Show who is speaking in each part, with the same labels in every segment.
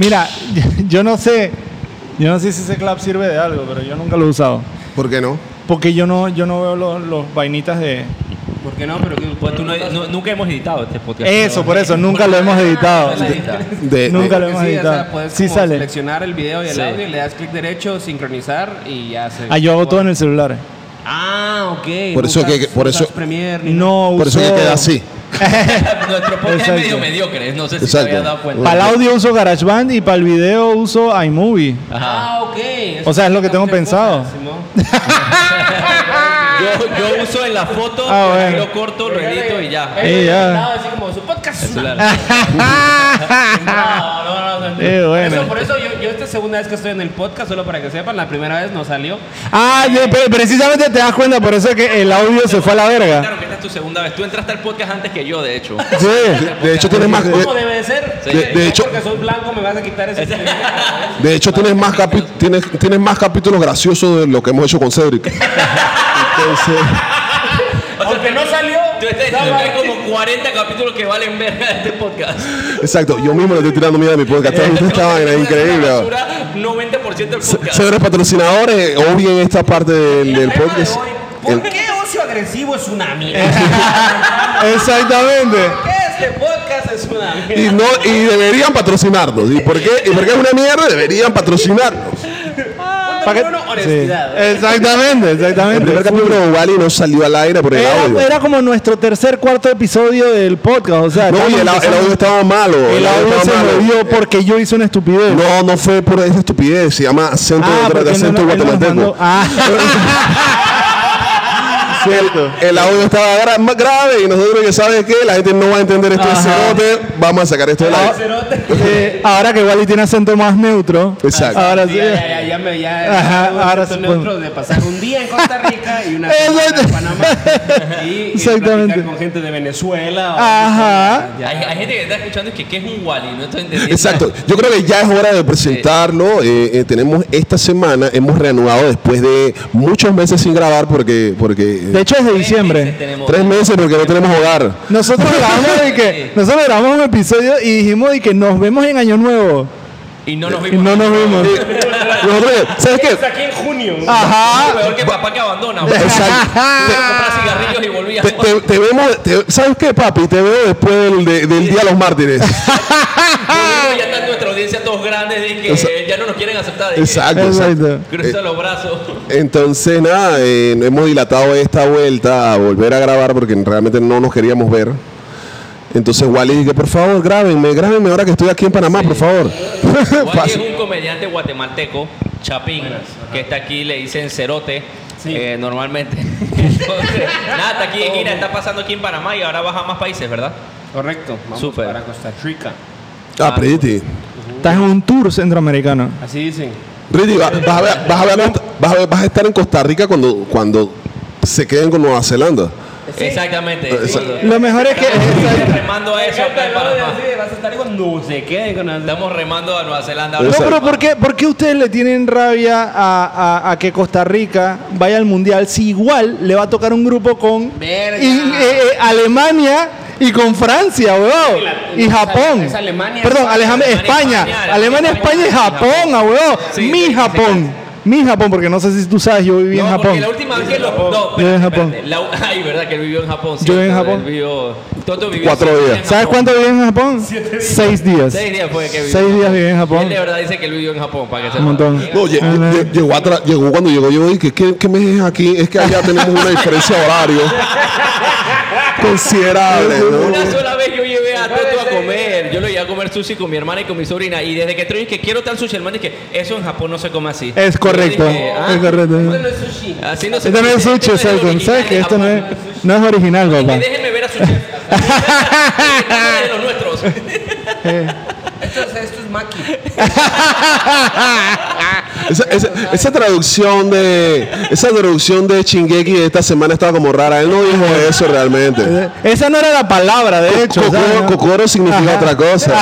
Speaker 1: Mira, yo no sé, yo no sé si ese clap sirve de algo, pero yo nunca lo he usado.
Speaker 2: ¿Por qué no?
Speaker 1: Porque yo no, yo no veo los, los vainitas de.
Speaker 3: ¿Por qué no? Pero que-
Speaker 4: Pues tú no- no- nunca hemos editado este podcast.
Speaker 1: Eso, por eso, nunca lo hemos editado.
Speaker 2: De-
Speaker 1: Nunca
Speaker 2: de-
Speaker 1: lo hemos
Speaker 3: Sí, o sea,
Speaker 1: editado.
Speaker 3: puedes
Speaker 1: Sí
Speaker 3: como
Speaker 1: sale.
Speaker 3: seleccionar el video y el
Speaker 4: Sí.
Speaker 3: audio y le das clic derecho, sincronizar y ya se.
Speaker 1: Ah, yo hago todo en el celular.
Speaker 3: Ah, ok.
Speaker 2: Por eso
Speaker 3: No usas-
Speaker 2: que- por
Speaker 3: no usas
Speaker 2: eso-
Speaker 3: Premiere ni nada.
Speaker 1: No uso.
Speaker 2: Por eso que queda así.
Speaker 4: Nuestro podcast
Speaker 1: Exacto.
Speaker 4: es medio mediocre, no sé si
Speaker 2: Exacto.
Speaker 4: te habías dado cuenta.
Speaker 1: Para el audio uso GarageBand y para el video uso iMovie.
Speaker 4: Ajá.
Speaker 3: Ah, ok.
Speaker 1: O sea, es lo que tengo pensado.
Speaker 4: Yo, yo uso en la foto,
Speaker 1: Ah, bueno.
Speaker 4: lo corto, lo edito y ya.
Speaker 1: Eh, ya.
Speaker 3: ya. Así como su podcast. es una-
Speaker 4: Celular.
Speaker 3: No, no, no, no.
Speaker 1: Eh, bueno.
Speaker 3: Eso, por eso yo, yo esta segunda vez que estoy en el podcast, solo para que sepan, la primera vez no salió.
Speaker 1: Ah, de- pre- precisamente te das cuenta, por eso es que el audio se fue a la verga.
Speaker 4: Claro que esta es tu segunda vez. Tú entraste al podcast antes que yo, de hecho.
Speaker 1: Sí.
Speaker 2: De, de hecho, tienes más,
Speaker 3: ¿Cómo
Speaker 2: de,
Speaker 3: debe de ser?
Speaker 4: Sí. De-
Speaker 2: de
Speaker 3: No
Speaker 2: hecho-
Speaker 3: Porque soy blanco, me vas a quitar ese.
Speaker 2: de hecho tienes, más capi- tienes, tienes más capítulos graciosos de lo que hemos hecho con Cedric. Entonces,
Speaker 3: Aunque no salió.
Speaker 4: Tú estás
Speaker 3: no
Speaker 4: diciendo que hay
Speaker 3: vale.
Speaker 4: como 40 capítulos que valen ver este podcast.
Speaker 2: exacto, yo mismo le estoy tirando miedo a mi podcast. Ustedes ustedes estaban es increíble.
Speaker 4: Una
Speaker 2: bro.
Speaker 4: basura, 90% del podcast.
Speaker 2: Señores patrocinadores, bien esta parte del, del
Speaker 3: El tema de
Speaker 2: podcast.
Speaker 3: hoy,
Speaker 2: El-
Speaker 3: ¿Por qué ocio agresivo es una mierda?
Speaker 1: Exactamente.
Speaker 3: ¿Por qué este podcast es una mierda?
Speaker 2: y, no, y deberían patrocinarnos. ¿Y por qué? ¿Y por qué es una mierda? Deberían patrocinarnos.
Speaker 3: Punto
Speaker 1: Pa' que-
Speaker 3: número uno,
Speaker 1: Ah, sí. Eh,
Speaker 3: honestidad.
Speaker 1: Exactamente,
Speaker 2: El primer
Speaker 1: exactamente.
Speaker 2: capítulo de Wally no salió al aire por el audio.
Speaker 1: Era, era como nuestro tercer, cuarto episodio del podcast. O sea,
Speaker 2: no, y
Speaker 1: estábamos
Speaker 2: el, au- el audio estaba malo.
Speaker 1: El audio se
Speaker 2: estaba malo.
Speaker 1: movió porque yo hice una estupidez.
Speaker 2: No, no fue por esa estupidez. Se llama acento,
Speaker 1: Ah,
Speaker 2: de-
Speaker 1: porque no,
Speaker 2: acento
Speaker 1: no, él nos
Speaker 2: guatemalteco.
Speaker 1: mandó- Ah. Cierto.
Speaker 2: El audio estaba gra- más grave y nosotros que sabes que la gente no va a entender esto de
Speaker 1: Ajá.
Speaker 2: cerote. Vamos a sacar esto de la.
Speaker 3: Cerote.
Speaker 1: Eh, ahora que Wally tiene acento más neutro.
Speaker 2: Exacto.
Speaker 1: Ahora sí.
Speaker 3: Sí, ya, ya, ya, ya me ya
Speaker 1: Ajá, ahora
Speaker 3: ahora
Speaker 1: sí podemos.
Speaker 3: de pasar un día en Costa Rica y una
Speaker 1: Exacto.
Speaker 3: semana en Panamá y, y
Speaker 1: Exactamente.
Speaker 3: platicar con gente de Venezuela. o-
Speaker 1: Ajá.
Speaker 4: Hay, hay gente que está escuchando y que ¿qué es un Wally? No estoy entendiendo.
Speaker 2: Exacto, yo creo que ya es hora de presentarlo. Eh, eh, tenemos esta semana, hemos reanudado después de muchos meses sin grabar porque, porque
Speaker 1: De
Speaker 2: eh,
Speaker 1: hecho es de
Speaker 4: Tres
Speaker 3: este,
Speaker 4: meses
Speaker 1: diciembre.
Speaker 4: tenemos.
Speaker 2: tres meses porque no tenemos hogar.
Speaker 1: Nosotros grabamos de que nosotros grabamos un episodio y dijimos de que nos vemos en Año Nuevo.
Speaker 4: Y no nos
Speaker 1: Y
Speaker 4: vimos.
Speaker 1: no nos vimos.
Speaker 2: Nosotros, ¿Sabes qué?
Speaker 3: Está Pues aquí en junio.
Speaker 1: Ajá.
Speaker 4: Peor que papá que abandona. bro.
Speaker 2: Ah, Exacto.
Speaker 4: Fue a comprar cigarrillos y volvía.
Speaker 2: Te, te- te vemos, te- ¿sabes qué, papi? Te veo después del, de- del Día de los Mártires.
Speaker 4: ya está nuestra audiencia todos grandes de que
Speaker 2: Exacto.
Speaker 4: ya no nos quieren aceptar. de que
Speaker 2: Exacto, Eh, exacto.
Speaker 1: Exacto.
Speaker 4: Cruza los brazos.
Speaker 2: Entonces, nada, eh, hemos dilatado esta vuelta a volver a grabar porque realmente no nos queríamos ver. Entonces Wally dice, por favor, grábenme, grábenme ahora que estoy aquí en Panamá, por favor. Ah,
Speaker 4: Wally es
Speaker 2: Fácil.
Speaker 4: un comediante guatemalteco, Chapín, que está aquí, le dicen cerote. eh, normalmente. Entonces, nada, está aquí, mira, está pasando aquí en Panamá y ahora baja a más países, ¿verdad?
Speaker 3: Correcto. Vamos
Speaker 4: Súper.
Speaker 3: para Costa Rica.
Speaker 2: Ah, Priti.
Speaker 1: Estás en un tour centroamericano.
Speaker 3: Así dicen.
Speaker 2: Priti, va- vas a, ver- vas a ver- vas a ver- vas a estar en Costa Rica cuando, cuando se queden con Nueva Zelanda.
Speaker 4: Exactamente.
Speaker 2: Exacto.
Speaker 1: Lo mejor es que
Speaker 4: Estamos remando a eso acá en Panamá.
Speaker 3: Vas a estar cuando se queden con las-
Speaker 4: Estamos remando a Nueva Zelanda.
Speaker 1: No,
Speaker 2: Exacto.
Speaker 1: pero ¿por qué, por qué ustedes le tienen rabia a, a- a que Costa Rica vaya al Mundial si igual le va a tocar un grupo con
Speaker 3: Verga.
Speaker 1: in- eh, eh, Alemania y con Francia, huevón?
Speaker 3: la-
Speaker 1: Y
Speaker 3: no,
Speaker 1: Japón.
Speaker 3: es Alemania,
Speaker 1: Perdón,
Speaker 3: España,
Speaker 1: Alejandro-
Speaker 4: Alemania,
Speaker 1: España.
Speaker 4: España,
Speaker 1: Alemania, España y Japón, ah, huevón.
Speaker 4: Sí, sí,
Speaker 1: Mi
Speaker 4: sí,
Speaker 1: Japón. Mi Japón, porque no sé si tú sabes, yo viví en
Speaker 4: No, porque
Speaker 1: Japón.
Speaker 4: la última vez que lo. No,
Speaker 1: Yo en Japón.
Speaker 4: espérate, la u- ay, verdad que él vivió en Japón.
Speaker 1: Yo en
Speaker 4: cierto,
Speaker 1: Japón.
Speaker 4: él vivió- Toto vivió
Speaker 2: Cuatro
Speaker 4: siete
Speaker 2: días.
Speaker 4: en
Speaker 1: ¿Sabes
Speaker 4: Japón.
Speaker 1: cuánto viví en Japón? Seis días.
Speaker 4: Seis días fue que vivió.
Speaker 1: Seis días viví en
Speaker 4: Y Él
Speaker 1: Japón.
Speaker 4: de verdad dice que él vivió en Japón, para que se
Speaker 1: Un montón.
Speaker 2: No, lle-
Speaker 1: Ah, no.
Speaker 2: lle- llegó, atrás- llegó cuando llegó, yo dije, ¿qué, ¿qué mes es aquí? Es que allá tenemos una diferencia de horario considerable, ¿no?
Speaker 4: Una sola vez yo llevé a Toto a comer. Yo lo llevé a comer sushi con mi hermana y con mi sobrina. Y desde que entró dije que quiero tal sushi, hermano, dije eso en Japón no se come así.
Speaker 1: Es
Speaker 4: Yo
Speaker 1: correcto.
Speaker 4: dije, ah,
Speaker 1: Es correcto.
Speaker 3: Bueno, es sushi.
Speaker 4: Así no se
Speaker 1: Esto no es
Speaker 4: come.
Speaker 1: sushi,
Speaker 4: Este no es
Speaker 1: exacto.
Speaker 4: el
Speaker 1: ¿Sabes
Speaker 4: original
Speaker 1: que
Speaker 4: de
Speaker 1: esto no es,
Speaker 4: Japón.
Speaker 1: no es original,
Speaker 4: Y
Speaker 1: papá?
Speaker 4: Déjenme ver a su chef. Este es de los nuestros.
Speaker 3: Esto, es- esto es maki.
Speaker 2: Esa, esa- esa traducción de esa traducción de Chingeki de esta semana estaba como rara. Él no dijo eso realmente.
Speaker 1: Esa no era la palabra, de hecho. Ah,
Speaker 2: Kokoro,
Speaker 1: ¿sabes, no?
Speaker 2: Kokoro significa otra cosa.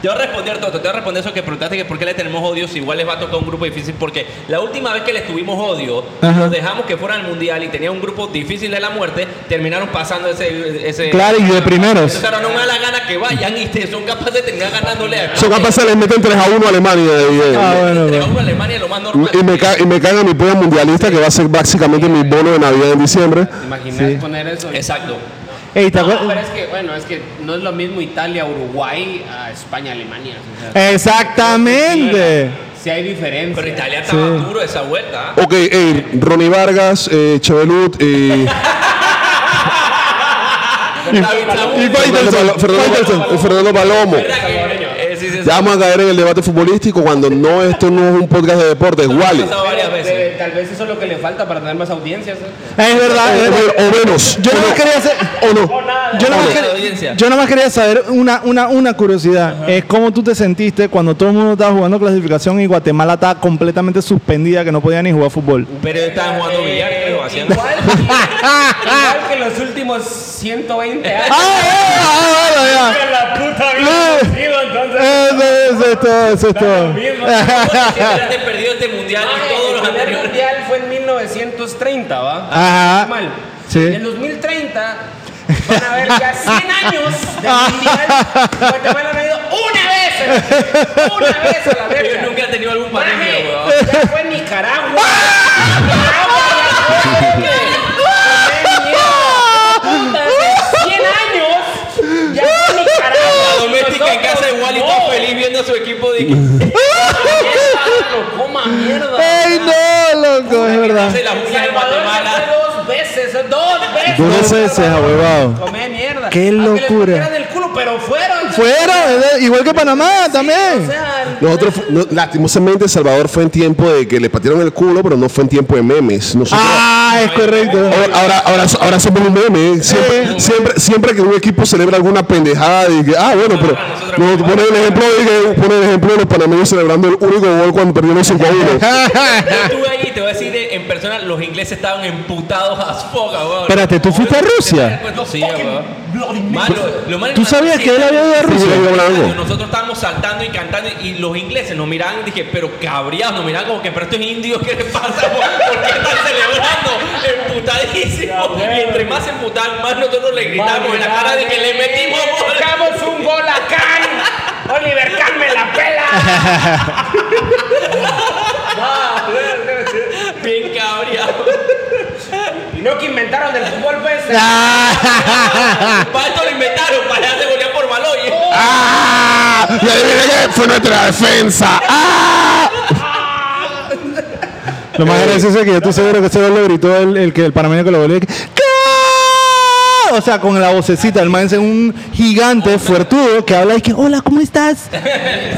Speaker 4: Te voy a responder todo, te voy a responder eso que preguntaste que por qué le tenemos odio si igual les va a tocar un grupo difícil. Porque la última vez que les tuvimos odio,
Speaker 1: Ajá.
Speaker 4: los dejamos que fueran al mundial y tenía un grupo difícil de la muerte, terminaron pasando ese. ese
Speaker 1: Claro, y de primeros.
Speaker 4: Entonces ahora no me da la gana que vayan y te- son capaces de terminar ganándole a.
Speaker 2: Son capaces de les meten 3 a 1 a Alemania. y, eh,
Speaker 1: Ah, bueno,
Speaker 4: Entre
Speaker 1: bueno.
Speaker 4: Cuba y Alemania lo más normal.
Speaker 2: y, me ca- y me caga mi polla mundialista que va a ser básicamente mi bono de Navidad en diciembre.
Speaker 5: Imaginar poner eso.
Speaker 4: Exacto.
Speaker 1: Ey, ¿te
Speaker 5: No,
Speaker 2: Ah,
Speaker 1: acuerdas?
Speaker 5: pero es que, bueno, es que no es lo mismo Italia, Uruguay, a España, Alemania. o sea,
Speaker 1: Exactamente.
Speaker 5: sí hay diferencia.
Speaker 4: Pero Italia estaba
Speaker 1: Sí.
Speaker 4: duro esa vuelta. ¿ah?
Speaker 2: Ok, hey, Ronnie Vargas, eh, Chevelut y.
Speaker 4: Y
Speaker 2: Fernando Palo- Fernando Palo- Fernando Palomo.
Speaker 4: Eh, sí, sí, sí.
Speaker 2: Ya vamos a caer en el debate futbolístico cuando no, esto no es un podcast de deportes, Wally.
Speaker 4: pasado varias
Speaker 5: Pero,
Speaker 4: veces.
Speaker 5: eh, tal vez eso es lo que le falta para tener más audiencias. ¿eh?
Speaker 1: Es verdad. es verdad.
Speaker 2: O, o menos.
Speaker 1: Eh, Yo
Speaker 2: o
Speaker 1: no
Speaker 2: no.
Speaker 1: quería hacer.
Speaker 2: O no.
Speaker 1: Yo nomás,
Speaker 4: Hola.
Speaker 1: quería,
Speaker 4: Audiencia.
Speaker 1: yo nomás quería saber una, una, una curiosidad. Es cómo tú te sentiste cuando todo el mundo estaba jugando clasificación y Guatemala estaba completamente suspendida, que no podía ni jugar fútbol.
Speaker 4: Pero estaban jugando billar, creo, haciendo.
Speaker 5: Igual, igual que en los últimos 120 años.
Speaker 1: ¡Ah, bueno, ya!
Speaker 5: la puta
Speaker 1: vida, No. Eso, eso es todo, eso es todo.
Speaker 4: Siempre perdido este mundial y todos los
Speaker 5: el primer
Speaker 4: anteriores.
Speaker 5: mundial fue en 1930, ¿va?
Speaker 1: Ajá.
Speaker 5: Mal.
Speaker 1: Sí.
Speaker 5: En 2030 van a haber ya 100 años de mundial. Guatemala no ha ido una vez, a la- una vez a la
Speaker 4: Ellos
Speaker 5: verga.
Speaker 4: nunca han tenido algún partido,
Speaker 5: Maje,
Speaker 4: weón.
Speaker 5: ya fue Nicaragua. Nicaragua, ya fue, weón. Qué mierda. Puta, hace 100 años, ya fue Nicaragua.
Speaker 4: La doméstica en casa
Speaker 5: Nosotros,
Speaker 4: igual y
Speaker 5: no.
Speaker 4: está feliz viendo a su equipo de que
Speaker 5: Mierda, coma mierda.
Speaker 1: ¡Ey, no, loco! Es verdad.
Speaker 4: hace las
Speaker 5: El
Speaker 4: uñas en
Speaker 5: Salvador ya
Speaker 4: Guatemala.
Speaker 5: fue dos veces, dos veces.
Speaker 1: Dos veces, ahuevado.
Speaker 5: Comé mierda.
Speaker 1: Qué
Speaker 5: Aunque les
Speaker 1: locura.
Speaker 5: partieran el culo, pero fueron.
Speaker 1: Fuera, ¿verdad? igual que Panamá
Speaker 5: O
Speaker 1: también.
Speaker 5: sea,
Speaker 2: Nosotros, fu- no- lastimosamente, El Salvador fue en tiempo de que le partieron el culo, pero no fue en tiempo de memes. Nosotros,
Speaker 1: Ah, es correcto.
Speaker 2: ahora, ahora, ahora, so- ahora somos un meme. Siempre, siempre, siempre que un equipo celebra alguna pendejada, y que, ah, bueno, pero. No, pone el ejemplo, de que- pone el ejemplo de los panameños celebrando el único gol cuando perdieron 5 a 1.
Speaker 4: Yo estuve ahí y te voy a decir de- en persona, los ingleses estaban emputados a foca, weón.
Speaker 1: Espérate, ¿tú fuiste a Rusia?
Speaker 4: Pues no, sí, weón. Malo, lo malo es
Speaker 1: ¿Tú
Speaker 4: que
Speaker 1: sabías que él había ido a
Speaker 4: Sí,
Speaker 2: Rusia?
Speaker 4: yo había ido a
Speaker 2: Blanco.
Speaker 4: Nosotros estábamos saltando y cantando y los ingleses nos miraban y dije, pero cabreados, nos miraban como que, pero estos indios, ¿qué les pasa? ¿Por, por qué están celebrando? Emputadísimos. Y entre más se emputaban, más nosotros le gritamos en la cara de que le metimos gol.
Speaker 5: echamos un gol a Can. Oliver Can me la pela.
Speaker 4: Bien cabreados.
Speaker 5: Y no que inventaron del fútbol, pues.
Speaker 1: Ah.
Speaker 4: para esto lo inventaron, para allá se volvían por Maloy.
Speaker 2: ¡Ah! Y adivina qué, fue nuestra defensa. ¡Ah!
Speaker 1: Lo más gracioso es que yo estoy seguro que ese gol lo gritó el, el que el panameño que lo volvió. O sea, con la vocecita, el man es un gigante fuertudo que habla y que, hola, ¿cómo estás?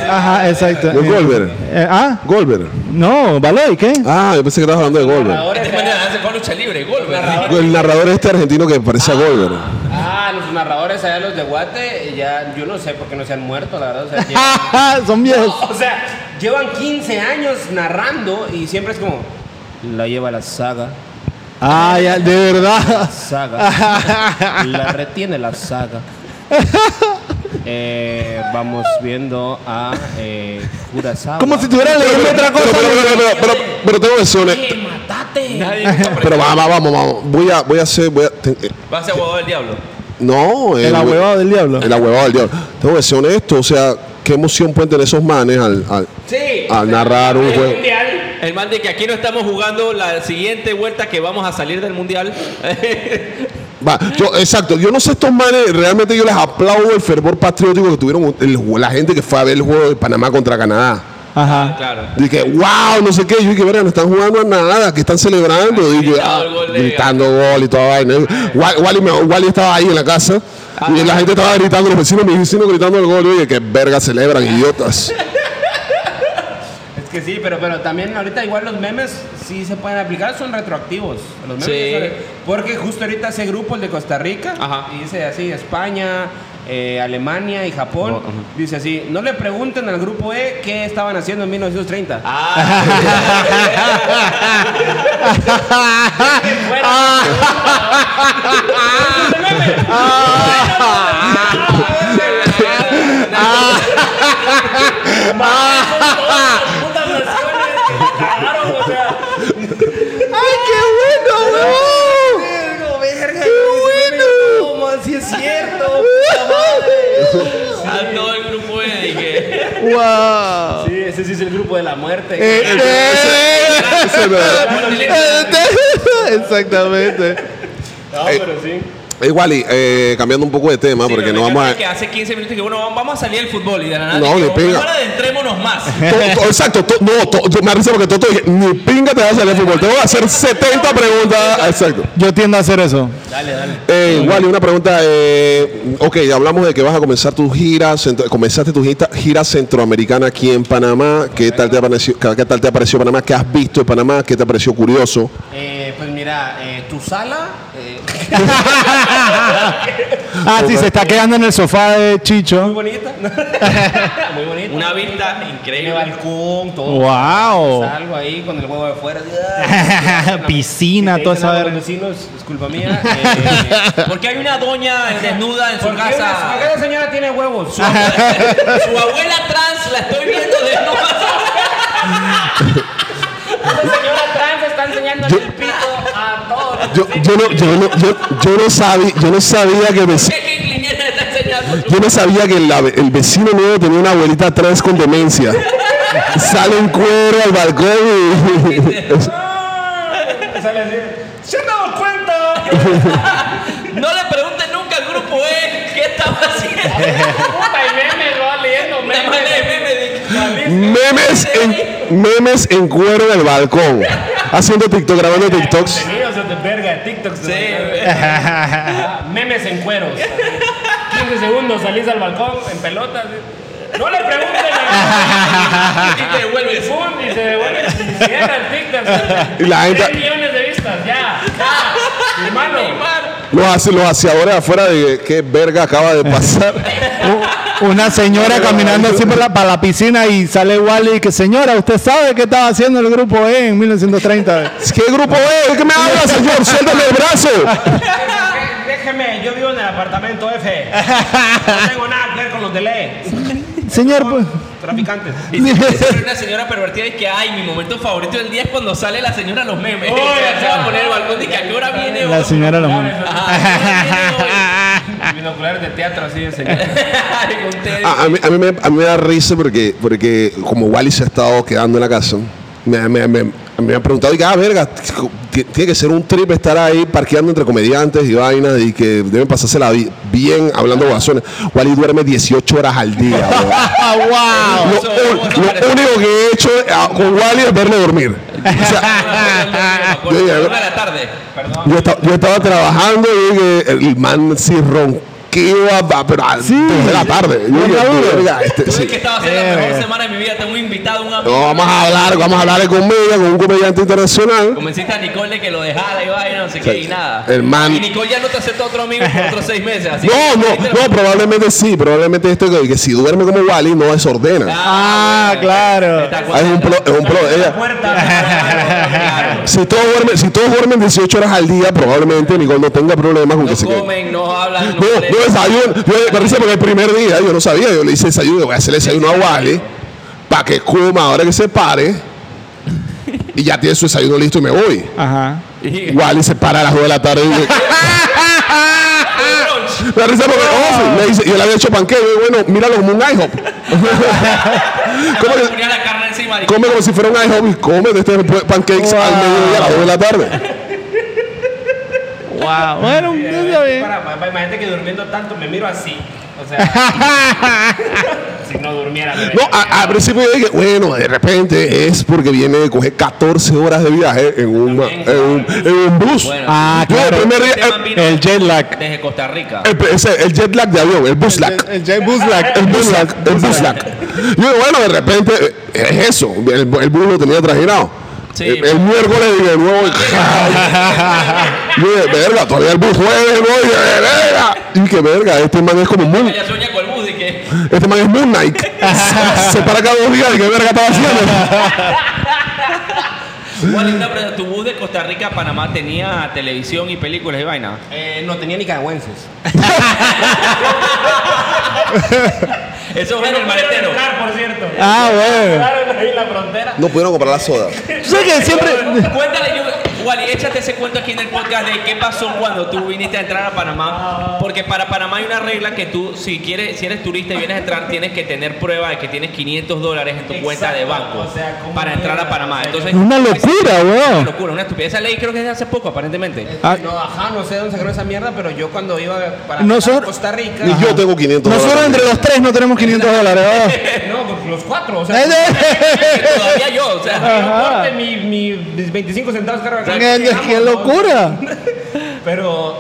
Speaker 1: Ajá, exacto.
Speaker 2: ¿De Goldberg?
Speaker 1: Eh, ah,
Speaker 2: Goldberg.
Speaker 1: no, ¿vale? ¿Y qué?
Speaker 2: Ah, yo pensé que estabas hablando de Goldberg.
Speaker 4: Este man de la danza con lucha libre, gol, ¿verdad?
Speaker 2: El narrador este argentino que parece a Goldberg.
Speaker 5: Ah, los narradores allá, los de Guate, ya, yo no sé por qué no se han muerto, la verdad. O sea, llevan-
Speaker 1: Ajá, Son viejos.
Speaker 5: O sea, llevan 15 años narrando y siempre es como. La lleva la saga,
Speaker 1: Ah, ya, de verdad.
Speaker 5: saga. la retiene la saga. Eh, vamos viendo a eh, Kurosawa.
Speaker 1: Como si estuvieran leyendo otra
Speaker 2: Pero,
Speaker 1: cosa.
Speaker 2: pero, pero, pero, pero, pero tengo que ser honesto.
Speaker 5: ¡Eh, matate!
Speaker 4: Nadie nunca aprendió.
Speaker 2: Pero vamos, vamos, vamos. Voy a, voy a hacer. Voy a, te- eh,
Speaker 4: Va a ser abogado del diablo.
Speaker 2: no,
Speaker 1: El ahuevado del diablo.
Speaker 2: El ahuevado del diablo. Tengo que ser honesto. O sea, qué emoción pueden tener esos manes al, al,
Speaker 5: Sí.
Speaker 2: al narrar un juego.
Speaker 5: Mundial.
Speaker 4: Ah, El man de que aquí no estamos jugando la siguiente vuelta que vamos a salir del mundial.
Speaker 2: Va, yo, exacto. Yo no sé estos manes. Realmente yo les aplaudo el fervor patriótico que tuvieron el- la gente que fue a ver el juego de Panamá contra Canadá.
Speaker 1: Ajá.
Speaker 4: claro.
Speaker 2: Dije, wow, no sé qué. Yo dije, verga, no están jugando a nada, que están celebrando. Dije,
Speaker 4: gritando
Speaker 2: ah,
Speaker 4: el gol de-
Speaker 2: gritando gol y toda vaina. Wally, Wally me- Wally estaba ahí en la casa y la gente estaba gritando, los vecinos, mis vecinos gritando el gol. Yo dije, qué verga celebran, idiotas.
Speaker 5: Es que sí, pero, pero también ahorita igual los memes sí se pueden aplicar, son retroactivos. Los memes
Speaker 4: Sí.
Speaker 5: son re- Porque justo ahorita ese grupo, el de Costa Rica,
Speaker 4: Ajá.
Speaker 5: y dice así, España, eh, Alemania y Japón, dice así, no le pregunten al grupo E qué estaban haciendo en 1930.
Speaker 4: dije.
Speaker 1: ¡Wow!
Speaker 5: Sí, ese sí es el grupo de la muerte.
Speaker 1: Eh, eh,
Speaker 2: Ese no era.
Speaker 1: Exactamente.
Speaker 5: no, pero sí.
Speaker 2: Igual, y eh, cambiando un poco de tema,
Speaker 4: Sí,
Speaker 2: porque
Speaker 4: pero
Speaker 2: no
Speaker 4: me
Speaker 2: vamos a.
Speaker 4: encanta que hace 15 minutos que bueno, vamos a salir al fútbol y de la nada.
Speaker 2: No,
Speaker 4: dije,
Speaker 2: ni
Speaker 4: "Oh,
Speaker 2: pinga".
Speaker 4: Ahora adentrémonos más.
Speaker 2: To- to- exacto, to- no, to- to- me arriesgo porque todo dije, ni pinga te vas a salir al fútbol. Te voy a hacer 70 preguntas. Exacto.
Speaker 1: Yo tiendo a hacer eso.
Speaker 5: Dale, dale.
Speaker 2: Eh, Wally, una pregunta. Eh, ok, ya hablamos de que vas a comenzar tus giras. centro- Comenzaste tu gira, gira centroamericana aquí en Panamá. ¿Qué tal, te apareció, ¿Qué tal te apareció Panamá? ¿Qué has visto de Panamá? ¿Qué te pareció curioso?
Speaker 5: Eh, pues mira, eh, tu sala. eh,
Speaker 1: Ah, sí, se está quedando en el sofá de
Speaker 5: muy
Speaker 1: Chicho.
Speaker 5: bonita. muy bonita.
Speaker 4: Una vista
Speaker 5: Tiene
Speaker 4: increíble.
Speaker 5: balcón, todo.
Speaker 1: ¡Wow!
Speaker 5: Salgo ahí con el huevo de fuera.
Speaker 1: Oh. Piscina,
Speaker 5: Si te
Speaker 1: toda
Speaker 5: dicen
Speaker 1: esa
Speaker 5: algo
Speaker 1: verga.
Speaker 5: los vecinos, es culpa mía. eh,
Speaker 4: Porque hay una doña desnuda en su
Speaker 5: ¿Por qué una- por qué
Speaker 4: casa.
Speaker 5: la señora tiene huevos? Su-
Speaker 4: Su abuela trans la estoy viendo desnuda.
Speaker 3: Esa señora trans está enseñando el pito a todos.
Speaker 2: Yo, yo, no, yo, no, yo, yo no sabía, yo no sabía que me,
Speaker 4: ¿Qué qué ingeniera le está enseñando?
Speaker 2: Yo no sabía que el, ave- el vecino nuevo tenía una abuelita trans con demencia. Sale en cuero al balcón
Speaker 5: Sale así. ¡Se han dado cuenta!
Speaker 4: No le pregunten nunca al grupo E qué estaba haciendo.
Speaker 3: Puta, y memes, va leyendo
Speaker 4: La madre
Speaker 3: memes.
Speaker 4: de meme
Speaker 2: y
Speaker 4: de-
Speaker 2: memes en, memes en cuero del balcón. Haciendo TikTok, grabando TikToks.
Speaker 5: Contenidos de verga, de TikTok.
Speaker 4: Sí,
Speaker 5: Memes en cueros. 15 segundos, salís al balcón en pelotas. ¿sí? No le pregunten a
Speaker 4: y te
Speaker 5: Y
Speaker 4: devuelves.
Speaker 5: pum, y se devuelve. Y cierra el TikTok.
Speaker 2: Y la gente-
Speaker 5: 3 millones de vistas, ya. ya. Hermano.
Speaker 2: Los, hace- los haciadores afuera de qué verga acaba de pasar.
Speaker 1: U- Una señora caminando así por la- para la piscina y sale Wally y que, señora, usted sabe qué estaba haciendo el grupo E en 1930.
Speaker 2: ¿Qué grupo es? ¿Qué me habla, señor? Suéltame el brazo.
Speaker 5: Déjeme, yo vivo en el apartamento F. No tengo nada que ver con los de ley.
Speaker 1: Señor, pues.
Speaker 5: Traficantes.
Speaker 4: Y siempre una señora pervertida y que, ay, mi momento favorito del día es cuando sale la señora a los memes.
Speaker 5: Uy,
Speaker 4: se va a poner el balcón y que a qué hora viene
Speaker 1: La
Speaker 4: hoy?
Speaker 1: señora lo manda.
Speaker 4: Ajá, ¿a qué hora
Speaker 1: Ah,
Speaker 5: Binoculares de teatro, así de señor.
Speaker 4: viene hoy? Con ustedes.
Speaker 2: A, a mí, a mí me, a mí me da risa porque, porque como Wally se ha estado quedando en la casa, me, me, me, me han preguntado, y que, ah, verga, ti- tiene que ser un trip estar ahí parqueando entre comediantes y vainas y que deben pasársela bi- bien hablando guasones. Wally duerme 18 horas al día. weón.
Speaker 1: ¡Wow!
Speaker 2: Lo, un- lo único que he hecho ah, con Wally es verlo dormir. O sea,
Speaker 4: Con la una de la tarde.
Speaker 2: yo, esta- yo estaba trabajando y dije, el man sí ronqueaba, va, pero a dos de la tarde. Yo dije, verga, este,
Speaker 4: Tuve
Speaker 2: sí. Eh.
Speaker 4: que estaba haciendo la mejor semana de mi vida. Tengo un invitado, un
Speaker 2: No,
Speaker 4: amigo.
Speaker 2: vamos a hablar, vamos a hablar de comedia con un comediante internacional.
Speaker 4: Convenciste a Nicole de que lo dejara y vaya, no sé qué, y nada.
Speaker 2: El man-
Speaker 4: Y Nicole ya no te acepta otro amigo por otros seis meses. Así
Speaker 2: No,
Speaker 4: que-
Speaker 2: no, no, probablemente sí, probablemente esto que, que si duerme como Wally no desordena.
Speaker 1: Ah, claro.
Speaker 4: Está
Speaker 2: Ah, es un pro, es un pro. Ella,
Speaker 4: Claro.
Speaker 2: si todos duermen, si todos duermen 18 horas al día, probablemente Nicole no tenga problemas con que se
Speaker 4: No
Speaker 2: quede.
Speaker 4: comen, no hablan, no
Speaker 2: No, no
Speaker 4: molestan.
Speaker 2: desayuno. Yo me parece porque el primer día yo no sabía, yo le hice desayuno, voy a hacerle desayuno a Wally para que coma ahora que se pare y ya tiene su desayuno listo y me voy.
Speaker 1: Ajá.
Speaker 4: Y-
Speaker 2: Wally se para a las 2 de la tarde y dice,
Speaker 4: brunch.
Speaker 2: La risa porque oh, sí, me dice, yo le había hecho panqueque, bueno, míralo como un IHOP. ¿Cómo
Speaker 4: Le
Speaker 2: que-
Speaker 4: ponía la carne encima.
Speaker 2: come como si fuera un IHOP y come de este pancakes al mediodía a las 2 de la tarde.
Speaker 1: ¡Wow! Bueno, está bien.
Speaker 5: Para, para- imagínate que durmiendo tanto me miro así. O sea, si no durmiera. me
Speaker 2: No,
Speaker 5: vería.
Speaker 2: a- al principio yo dije, bueno, de repente es porque viene de coger 14 horas de viaje en un, en un, en un bus.
Speaker 4: Bueno,
Speaker 1: Ah,
Speaker 2: Yo el
Speaker 1: claro.
Speaker 2: primer día,
Speaker 4: Esteban
Speaker 2: el,
Speaker 4: "Este vino
Speaker 1: El jet lag.
Speaker 4: desde Costa Rica.
Speaker 2: el- ese- el jet lag de avión, el bus lag.
Speaker 1: El jet bus lag.
Speaker 2: El bus lag, el bus lag. Yo digo, bueno, de repente eh, es eso, el, el bus lo tenía trajinado.
Speaker 4: Sí. Ah,
Speaker 2: el, el miércoles dije, nuevo. Yo dije, verga, todavía el bus jueves, no, y dije, verga. Y que verga, este man es como Moon,
Speaker 4: Ella sueña con el bus y que
Speaker 2: este man es Moon Knight. Se, se para cada dos días y que verga estaba haciendo.
Speaker 4: ¿Cuál es la empresa? Tu bus de Costa Rica a Panamá tenía televisión y películas y vaina.
Speaker 5: Eh, no tenía nicaragüenses.
Speaker 4: Eso es en el maletero.
Speaker 5: Entrar, por cierto.
Speaker 1: Ah, bueno.
Speaker 5: Claro, ahí en la frontera.
Speaker 2: No pudieron comprar la soda.
Speaker 1: Yo sé que siempre.
Speaker 4: Cuéntale yo. Wally, échate ese cuento aquí en el podcast de qué pasó cuando tú viniste a entrar a Panamá. Porque para Panamá hay una regla que tú, si quieres, si eres turista y vienes a entrar, tienes que tener prueba de que tienes 500 dólares en tu cuenta de banco
Speaker 3: o sea, ¿cómo
Speaker 4: para entrar a Panamá. Entonces,
Speaker 1: Una locura,
Speaker 4: Una
Speaker 1: weón.
Speaker 4: locura, una estupidez. Esa ley creo que es de hace poco, aparentemente.
Speaker 1: Ah.
Speaker 5: No, ajá, no sé dónde sacaron esa mierda, pero yo cuando iba para
Speaker 1: Nosotros-
Speaker 5: Costa Rica.
Speaker 2: Y yo tengo 500
Speaker 1: Nosotros
Speaker 2: dólares.
Speaker 1: entre los tres no tenemos 500 dólares, weón.
Speaker 3: No, pues los cuatro. O sea, yo
Speaker 1: ¡Qué
Speaker 4: Todavía yo, o sea.
Speaker 3: corte mi, mi, mis 25 centavos cada vez que llegamos,
Speaker 1: qué
Speaker 3: ¿no?
Speaker 1: locura!
Speaker 3: Pero.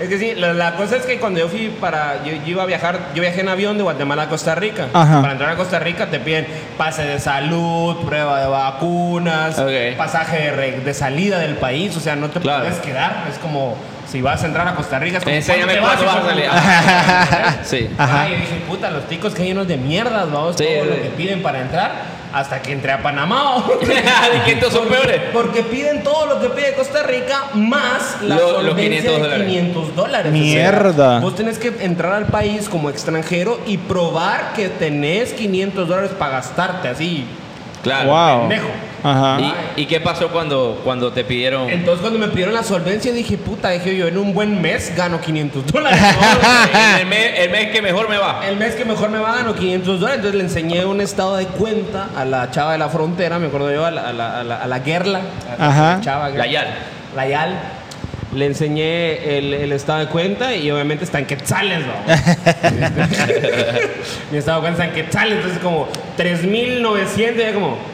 Speaker 5: Es que sí, la, la cosa es que cuando yo fui para. Yo, yo iba a viajar, yo viajé en avión de Guatemala a Costa Rica.
Speaker 1: Ajá.
Speaker 5: Para entrar a Costa Rica te piden pase de salud, prueba de vacunas,
Speaker 4: Ok.
Speaker 5: pasaje de, re- de salida del país. O sea, no te
Speaker 4: Claro.
Speaker 5: puedes quedar. Es como si vas a entrar a Costa Rica. Es como,
Speaker 4: Enséñame
Speaker 5: ¿cuándo te
Speaker 4: cuándo vas a
Speaker 5: hijo de
Speaker 4: salir.
Speaker 5: puta?
Speaker 4: Sí.
Speaker 1: Ajá.
Speaker 5: Ajá. yo dije, puta, los ticos que hay unos de mierdas, vamos,
Speaker 4: Sí,
Speaker 5: todo
Speaker 4: sí.
Speaker 5: lo que piden para entrar, hasta que entré a Panamá. ¿o?
Speaker 4: ¿De que estos son peores?
Speaker 5: Porque piden todo lo que pide Costa Rica más la
Speaker 4: Lo- los
Speaker 5: solvencia
Speaker 4: 500
Speaker 5: de
Speaker 4: dólares.
Speaker 5: 500 dólares.
Speaker 1: Mierda.
Speaker 5: vos tenés que entrar al país como extranjero y probar que tenés 500 dólares para gastarte así.
Speaker 4: Claro.
Speaker 1: ¡Wow!
Speaker 5: pendejo.
Speaker 1: Ajá.
Speaker 4: ¿Y, y qué pasó cuando, cuando te pidieron?
Speaker 5: Entonces cuando me pidieron la solvencia dije, puta, dije yo, en un buen mes gano 500 dólares.
Speaker 4: En el, mes, el mes que mejor me va.
Speaker 5: El mes que mejor me va gano 500 dólares. Entonces le enseñé un estado de cuenta a la chava de la frontera, me acuerdo yo, a la, a la, a la, a la Gerla. a la
Speaker 1: Ajá.
Speaker 5: Chava,
Speaker 4: La
Speaker 5: Gerla.
Speaker 4: YAL.
Speaker 5: La YAL. Le enseñé el, el estado de cuenta y obviamente está en quetzales, ¿no? Mi estado de cuenta está en quetzales, entonces como 3.900, ya como...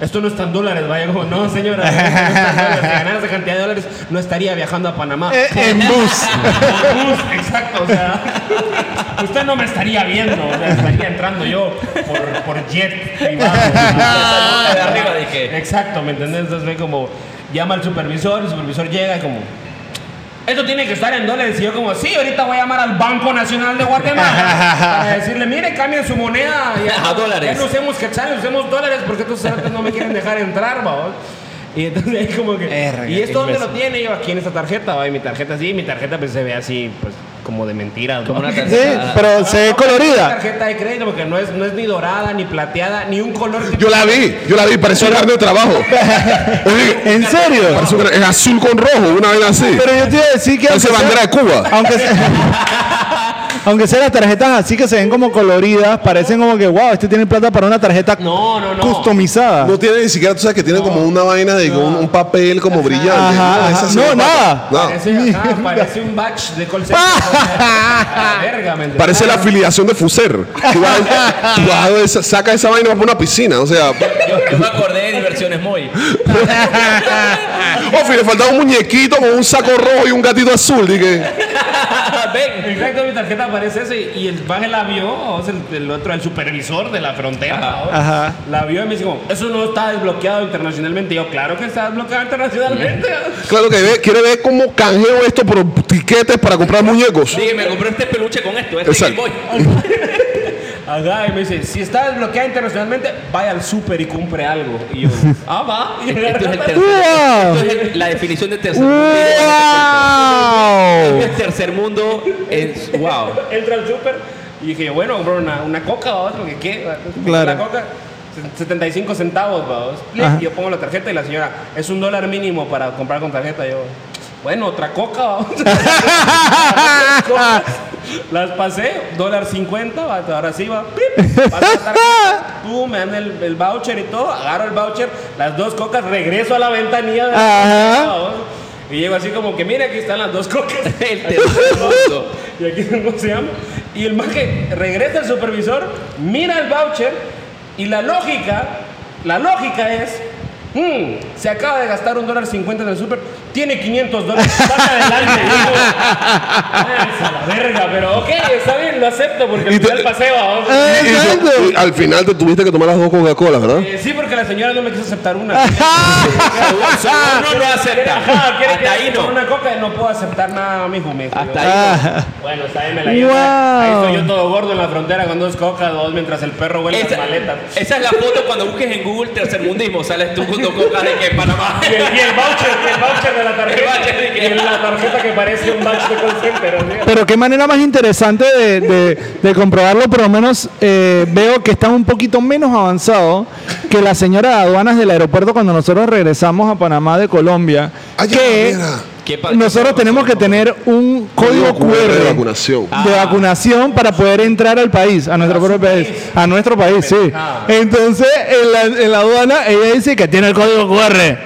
Speaker 5: Esto no está en dólares, vaya como, no señora, esto no está en dólares. si ganara esa cantidad de dólares no estaría viajando a Panamá.
Speaker 1: Eh, en bus.
Speaker 3: Bus, exacto, o sea. Usted no me estaría viendo, o sea, estaría entrando yo por, por jet privado.
Speaker 4: Ah, de arriba dije.
Speaker 3: Exacto, ¿me entendés? Entonces ve como llama al supervisor, el supervisor llega y como. Esto tiene que estar en dólares. Y yo como, sí, ahorita voy a llamar al Banco Nacional de Guatemala para decirle, mire, cambien su moneda. Ya,
Speaker 4: A dólares.
Speaker 3: Ya no usemos quetzales, usemos dólares porque estos cerdos no me quieren dejar entrar, babos. Y entonces es como que...
Speaker 1: Verga,
Speaker 3: ¿Y esto dónde lo
Speaker 5: Lo tiene yo aquí en esta tarjeta, va, y mi tarjeta sí, mi tarjeta pues se ve así, pues como de mentiras,
Speaker 4: Como
Speaker 5: ¿no?
Speaker 4: una
Speaker 1: Sí,
Speaker 4: tarjeta.
Speaker 1: pero se ve colorida.
Speaker 5: tarjeta de crédito porque no es, no es ni dorada, ni plateada, ni un color. que-
Speaker 2: Yo la vi, yo la vi, pareció un carnet de trabajo. Oye,
Speaker 1: ¿En serio?
Speaker 2: pareció un car- es azul con rojo, una vez así.
Speaker 1: Pero yo te iba a decir que...
Speaker 2: Parece bandera de Cuba.
Speaker 1: Aunque sea, aunque sea las tarjetas así que se ven como coloridas, parecen como que, wow, este tiene plata para una tarjeta
Speaker 3: No, no, no.
Speaker 1: customizada.
Speaker 2: No tiene ni siquiera, tú sabes que tiene como una vaina de un, un papel como brillante.
Speaker 1: Ajá,
Speaker 2: Nada de
Speaker 1: ajá.
Speaker 2: esas
Speaker 1: No,
Speaker 2: señoras.
Speaker 1: nada.
Speaker 2: Nada.
Speaker 3: Parece, ajá, parece un batch de call center. A la verga, ¿me entiendes?
Speaker 2: Parece la afiliación de Fuser. Tú vas, tú vas a esa- saca esa vaina y vas para una piscina. O sea,
Speaker 4: Yo, yo me acordé de diversiones muy.
Speaker 2: ofi, oh, le faltaba un muñequito con un saco rojo y un gatito azul. Dije,
Speaker 4: Ven.
Speaker 3: Exacto, mi tarjeta aparece ese y el baje la vio, o sea, el, el otro, el supervisor de la frontera, ¿no?
Speaker 1: Ajá.
Speaker 3: la vio y me dice como, eso no está desbloqueado internacionalmente. Y yo, claro que está desbloqueado internacionalmente.
Speaker 2: claro que ve- quiere ver cómo canjeo esto por tiquetes para comprar muñecos.
Speaker 4: Dije, me compré este peluche con esto, este
Speaker 2: Exacto.
Speaker 4: Game Boy.
Speaker 3: Ajá, y me dice, si está desbloqueado internacionalmente, vaya al súper y compre algo. Y yo, ah, va. Y
Speaker 4: Esto es el tercer
Speaker 1: ¡Wow!
Speaker 4: Esto es el- la definición de tercer mundo.
Speaker 1: ¡Wow!
Speaker 4: El tercer mundo es. ¡Wow!
Speaker 3: Entra al súper y dije yo, bueno, bro, una, una coca, vamos, porque qué.
Speaker 1: Claro.
Speaker 3: Una coca, 75 centavos, vamos. Clic,
Speaker 1: Ajá.
Speaker 3: y Yo pongo la tarjeta y la señora, es un dólar mínimo para comprar con tarjeta. Yo, bueno, otra coca, vamos. Las pasé, dólar 50, va, ahora sí va. pip, pasa la tarjeta, pum, me dan el, el voucher y todo, agarro el voucher, las dos cocas, regreso a la ventanilla. de la
Speaker 1: Ajá.
Speaker 3: coca, vamos, Y llego así como que, mira, aquí están las dos cocas.
Speaker 4: El tercer mundo.
Speaker 3: Y aquí no se llama. Y el maje regresa al supervisor, mira el voucher y la lógica, la lógica es, "Mm, se acaba de gastar un dólar cincuenta en el super, tiene 500 dólares, saca adelante. Y yo, "Váyanse a la verga, pero ok, está bien, lo acepto porque
Speaker 2: Y
Speaker 3: al
Speaker 2: te-
Speaker 3: final pasé, vamos.
Speaker 2: Y-
Speaker 1: Eh,
Speaker 2: y yo-
Speaker 1: Exacto.
Speaker 2: y al final te tuviste que tomar las dos Coca-Cola, ¿verdad?
Speaker 3: Eh, sí, porque la señora no me quiso aceptar una.
Speaker 4: Uno no acepta.
Speaker 3: Ajá, quiere que
Speaker 4: Hasta ahí
Speaker 3: con
Speaker 4: no.
Speaker 3: una coca no puedo aceptar nada, mijo, mijo.
Speaker 4: Hasta ahí.
Speaker 1: Ah,
Speaker 3: Bueno, está bien, me la
Speaker 1: Wow.
Speaker 3: llevo. Ahí estoy yo todo gordo en la frontera con dos cocas, dos, mientras el perro huele las
Speaker 4: Esa,
Speaker 3: maletas.
Speaker 4: esa es la foto cuando busques en Google tercermundismo, sales tú junto con cara de que en Panamá.
Speaker 3: Y el, y el voucher, y el voucher
Speaker 5: de la tarjeta.
Speaker 4: El voucher de que-
Speaker 5: y en la tarjeta que parece un batch de call center. así.
Speaker 1: Pero qué manera más interesante de, de- de comprobarlo, por lo menos eh, veo que está un poquito menos avanzado que la señora de aduanas del aeropuerto cuando nosotros regresamos a Panamá de Colombia.
Speaker 2: Ay,
Speaker 1: que
Speaker 2: mira.
Speaker 4: ¿Qué pa-
Speaker 1: nosotros tenemos que tener un código QR
Speaker 2: de vacunación.
Speaker 1: de vacunación para poder entrar al país, a nuestro propio país, a nuestro país, sí. Entonces, en la, en la aduana, ella dice que tiene el código QR,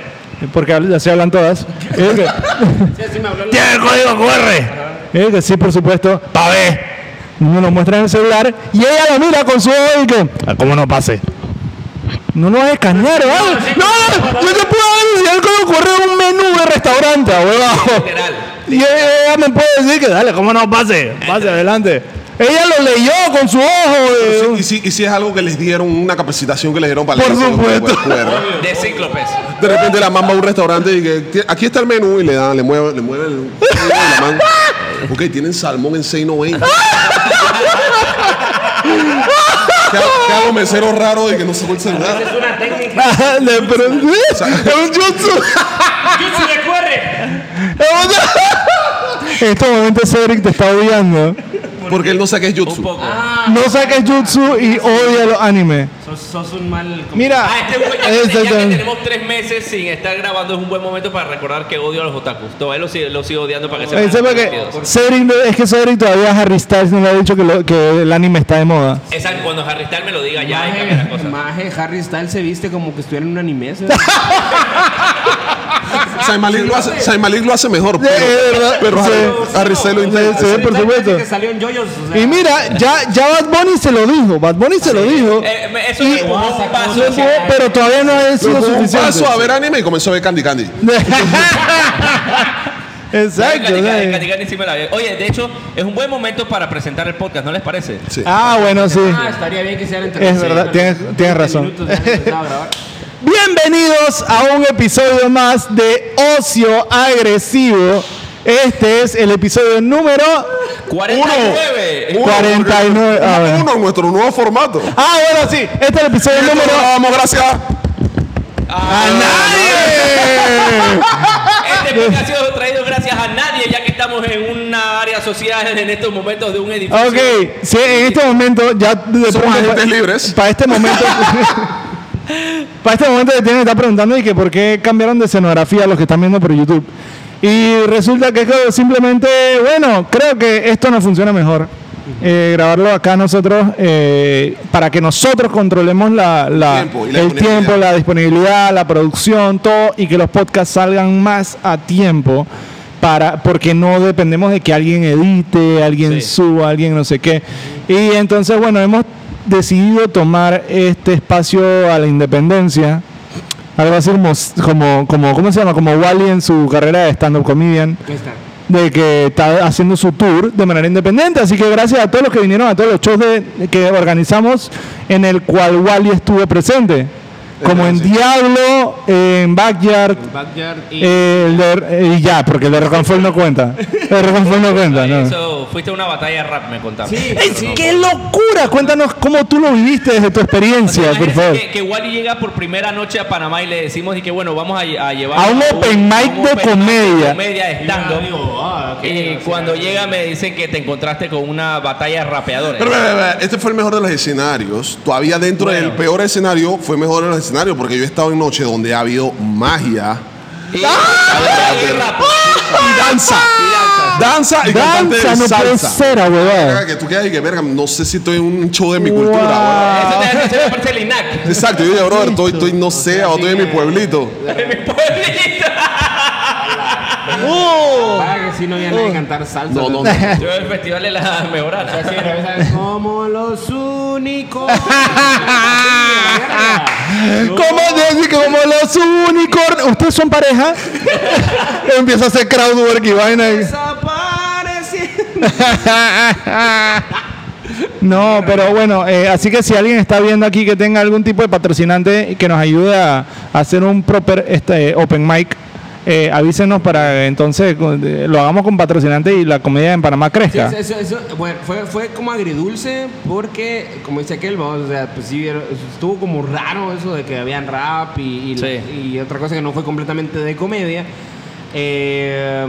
Speaker 1: porque habla- así hablan todas. Ella dice, tiene el código QR. Ella dice, sí, por supuesto, pa' ver. Uno lo muestra en el celular y ella lo mira con su ojo y que, "Ah, ¿cómo no pase? No lo vas a escanear, ¿verdad? No, no, yo te puedo enseñar cómo correr un menú de restaurante, abuelo.
Speaker 4: Literal.
Speaker 1: Y ella me puede decir que dale, cómo no, pase, pase adelante. Ella lo leyó con su ojo.
Speaker 2: Sí,
Speaker 1: eh.
Speaker 2: y, si, y si es algo que les dieron, una capacitación que les dieron para
Speaker 1: Por
Speaker 2: leer los
Speaker 1: supuesto.
Speaker 2: códigos QR.
Speaker 4: De cíclopes.
Speaker 2: De repente la mamá va a un restaurante y que "Ti- aquí está el menú y le dan, le mueven, le mueven el código y la man, Ok, tienen salmón en 6.90. ¿Qué hago, qué hago mesero raro de que no sacó el celular?
Speaker 5: Es una técnica.
Speaker 1: De pronto, es un jutsu.
Speaker 5: ¡Jutsu de QR!
Speaker 1: En este momento Cedric te está odiando.
Speaker 2: Porque él no saca es
Speaker 4: Un
Speaker 2: jutsu.
Speaker 4: poco.
Speaker 1: No saques jutsu y odia los animes.
Speaker 5: Sos, sos un mal.
Speaker 1: Mira,
Speaker 4: Ah, este güey, ya que- ya que
Speaker 1: exactamente.
Speaker 4: tenemos tres meses sin estar grabando, es un buen momento para recordar que odio a los otakus. Todavía lo sigo, lo sigo odiando para que
Speaker 1: Eh,
Speaker 4: sepan
Speaker 1: sepa que
Speaker 4: estúpidos.
Speaker 1: Cedric no- es que Cedric todavía a Harry Styles no le ha dicho que, lo- que el anime está de moda.
Speaker 4: Exacto, cuando Harry Styles me lo diga ya, hay que cambiar la
Speaker 5: Maje,
Speaker 4: cosa.
Speaker 5: Maje, Harry Styles se viste como que estuviera en un anime. ¿sí?
Speaker 2: Saint Malik lo hace, Saint Malik lo hace mejor, pero,
Speaker 1: Sí, es verdad.
Speaker 2: pero
Speaker 1: Sí.
Speaker 2: Harry- Harry Styles lo intenta.
Speaker 1: Sí, sí, por
Speaker 5: Harry Styles
Speaker 1: supuesto.
Speaker 5: parece Que salió en Joyos. o sea,
Speaker 1: Y mira, ya, ya Bad Bunny se lo dijo. Bad Bunny se lo dijo.
Speaker 4: Eh, me- eso
Speaker 1: Y-
Speaker 4: es como un paso
Speaker 1: Lo
Speaker 4: hacia-
Speaker 1: pudo, pero todavía no ha sido
Speaker 2: Luego un
Speaker 1: suficiente.
Speaker 2: paso a ver anime y comenzó a ver Candy Candy.
Speaker 1: Exacto.
Speaker 4: Cati, Cati,
Speaker 1: ¿sabes?
Speaker 4: Cati, Cati, sí me la vi. Oye, de hecho, es un buen momento para presentar el podcast, ¿no les parece?
Speaker 2: Sí.
Speaker 1: Ah, bueno, sí.
Speaker 5: Ah, estaría bien que sea entre
Speaker 1: Es
Speaker 5: sí,
Speaker 1: verdad,
Speaker 5: pero-
Speaker 1: tienes- tienes
Speaker 5: 20
Speaker 1: razón.
Speaker 5: minutos, ya hemos empezado a grabar.
Speaker 1: Bienvenidos a un episodio más de Ocio Agresivo. Este es el episodio número
Speaker 4: 49.
Speaker 2: Uno,
Speaker 1: 49.
Speaker 2: porque-
Speaker 1: A ver.
Speaker 2: Uno, nuestro nuevo formato.
Speaker 1: Ah, bueno, sí. Este es el episodio número.
Speaker 2: Vamos, gracias.
Speaker 1: ¡A nadie!
Speaker 4: Este podcast ha sido traído gracias a nadie, ya que estamos en una área social en estos momentos de un edificio.
Speaker 1: Ok, sí, en este momento ya de
Speaker 2: Somos
Speaker 1: pronto-
Speaker 2: agentes libres.
Speaker 1: Para este momento. para este momento te tienen que estar preguntando y que por qué cambiaron de escenografía los que están viendo por YouTube. Y resulta que es que simplemente, bueno, creo que esto nos funciona mejor. Eh, grabarlo acá nosotros eh, para que nosotros controlemos la- la-
Speaker 2: Tiempo y la
Speaker 1: el
Speaker 2: disponibilidad.
Speaker 1: tiempo, la disponibilidad, la producción, todo y que los podcasts salgan más a tiempo para porque no dependemos de que alguien edite, alguien
Speaker 4: Sí.
Speaker 1: suba, alguien no sé qué. Y entonces, bueno, hemos decidido tomar este espacio a la independencia. Algo así como, como, como ¿cómo se llama? Como Wally en su carrera de stand-up comedian
Speaker 5: Ahí está.
Speaker 1: de que está haciendo su tour de manera independiente. Así que gracias a todos los que vinieron, a todos los shows de- que organizamos, en el cual Wally estuvo presente. Como en Diablo, en Backyard,
Speaker 5: Backyard y.
Speaker 1: eh, el de- eh, y ya, porque el de Reconfort no cuenta. El de Reconfort no cuenta, Ah, ¿no?
Speaker 4: Eso, fuiste a una batalla de rap, me contaste.
Speaker 5: Sí.
Speaker 1: Es ¡Qué locura! Cuéntanos cómo tú lo viviste desde tu
Speaker 4: O sea,
Speaker 1: experiencia, por
Speaker 4: imagínense
Speaker 1: favor.
Speaker 4: Que, que Wally llega por primera noche a Panamá y le decimos y que bueno, vamos a, lle- a llevar
Speaker 1: A un open mic
Speaker 4: un
Speaker 1: de
Speaker 4: open mic
Speaker 1: comedia.
Speaker 4: comedia de stand-up.
Speaker 5: Y yo digo, ah, ok,
Speaker 4: Y
Speaker 5: o sea,
Speaker 4: cuando llega me dicen que te encontraste con una batalla de rapeadores.
Speaker 2: Pero, pero, pero, este fue el mejor de los escenarios. Todavía dentro del peor escenario fue mejor de los escenarios porque yo he estado en noche donde ha habido magia
Speaker 4: Y-
Speaker 1: ¡Ah!
Speaker 4: y- y rap.
Speaker 2: y danza. Danza y cantante
Speaker 1: Danza,
Speaker 2: de
Speaker 1: no puede
Speaker 2: salsa.
Speaker 1: ser, abogado.
Speaker 2: Verga, Que tú quedas y que, verga, no sé si estoy en un show de mi cultura. bro.
Speaker 4: Eso te hace hacer parte del INAC.
Speaker 2: Exacto, yo digo, brother, estoy, estoy, no sé, o estoy en mi pueblito.
Speaker 4: En mi pueblito.
Speaker 5: Para que si Oh, no viene a
Speaker 1: oh.
Speaker 5: cantar salsa.
Speaker 2: No, no, no.
Speaker 4: Yo el festival de la mejorana.
Speaker 5: Así, al revés, ¿sabes? Como los únicos.
Speaker 1: ¿Cómo decir que como los unicornios? ¿Ustedes son pareja? Empieza a hacer crowdwork y vaina.
Speaker 5: Desapareciendo.
Speaker 1: No, pero bueno, eh, así que si alguien está viendo aquí que tenga algún tipo de patrocinante que nos ayude a hacer un proper este, open mic, eh, avísenos para entonces con- de- lo hagamos con patrocinante y la comedia en Panamá
Speaker 5: Sí,
Speaker 1: crezca.
Speaker 5: eso, eso, eso, bueno, fue, fue como agridulce porque, como dice aquel, vamos, o sea, pues sí, era- estuvo como raro eso de que habían rap y, y,
Speaker 4: Sí.
Speaker 5: y otra cosa que no fue completamente de comedia. Eh,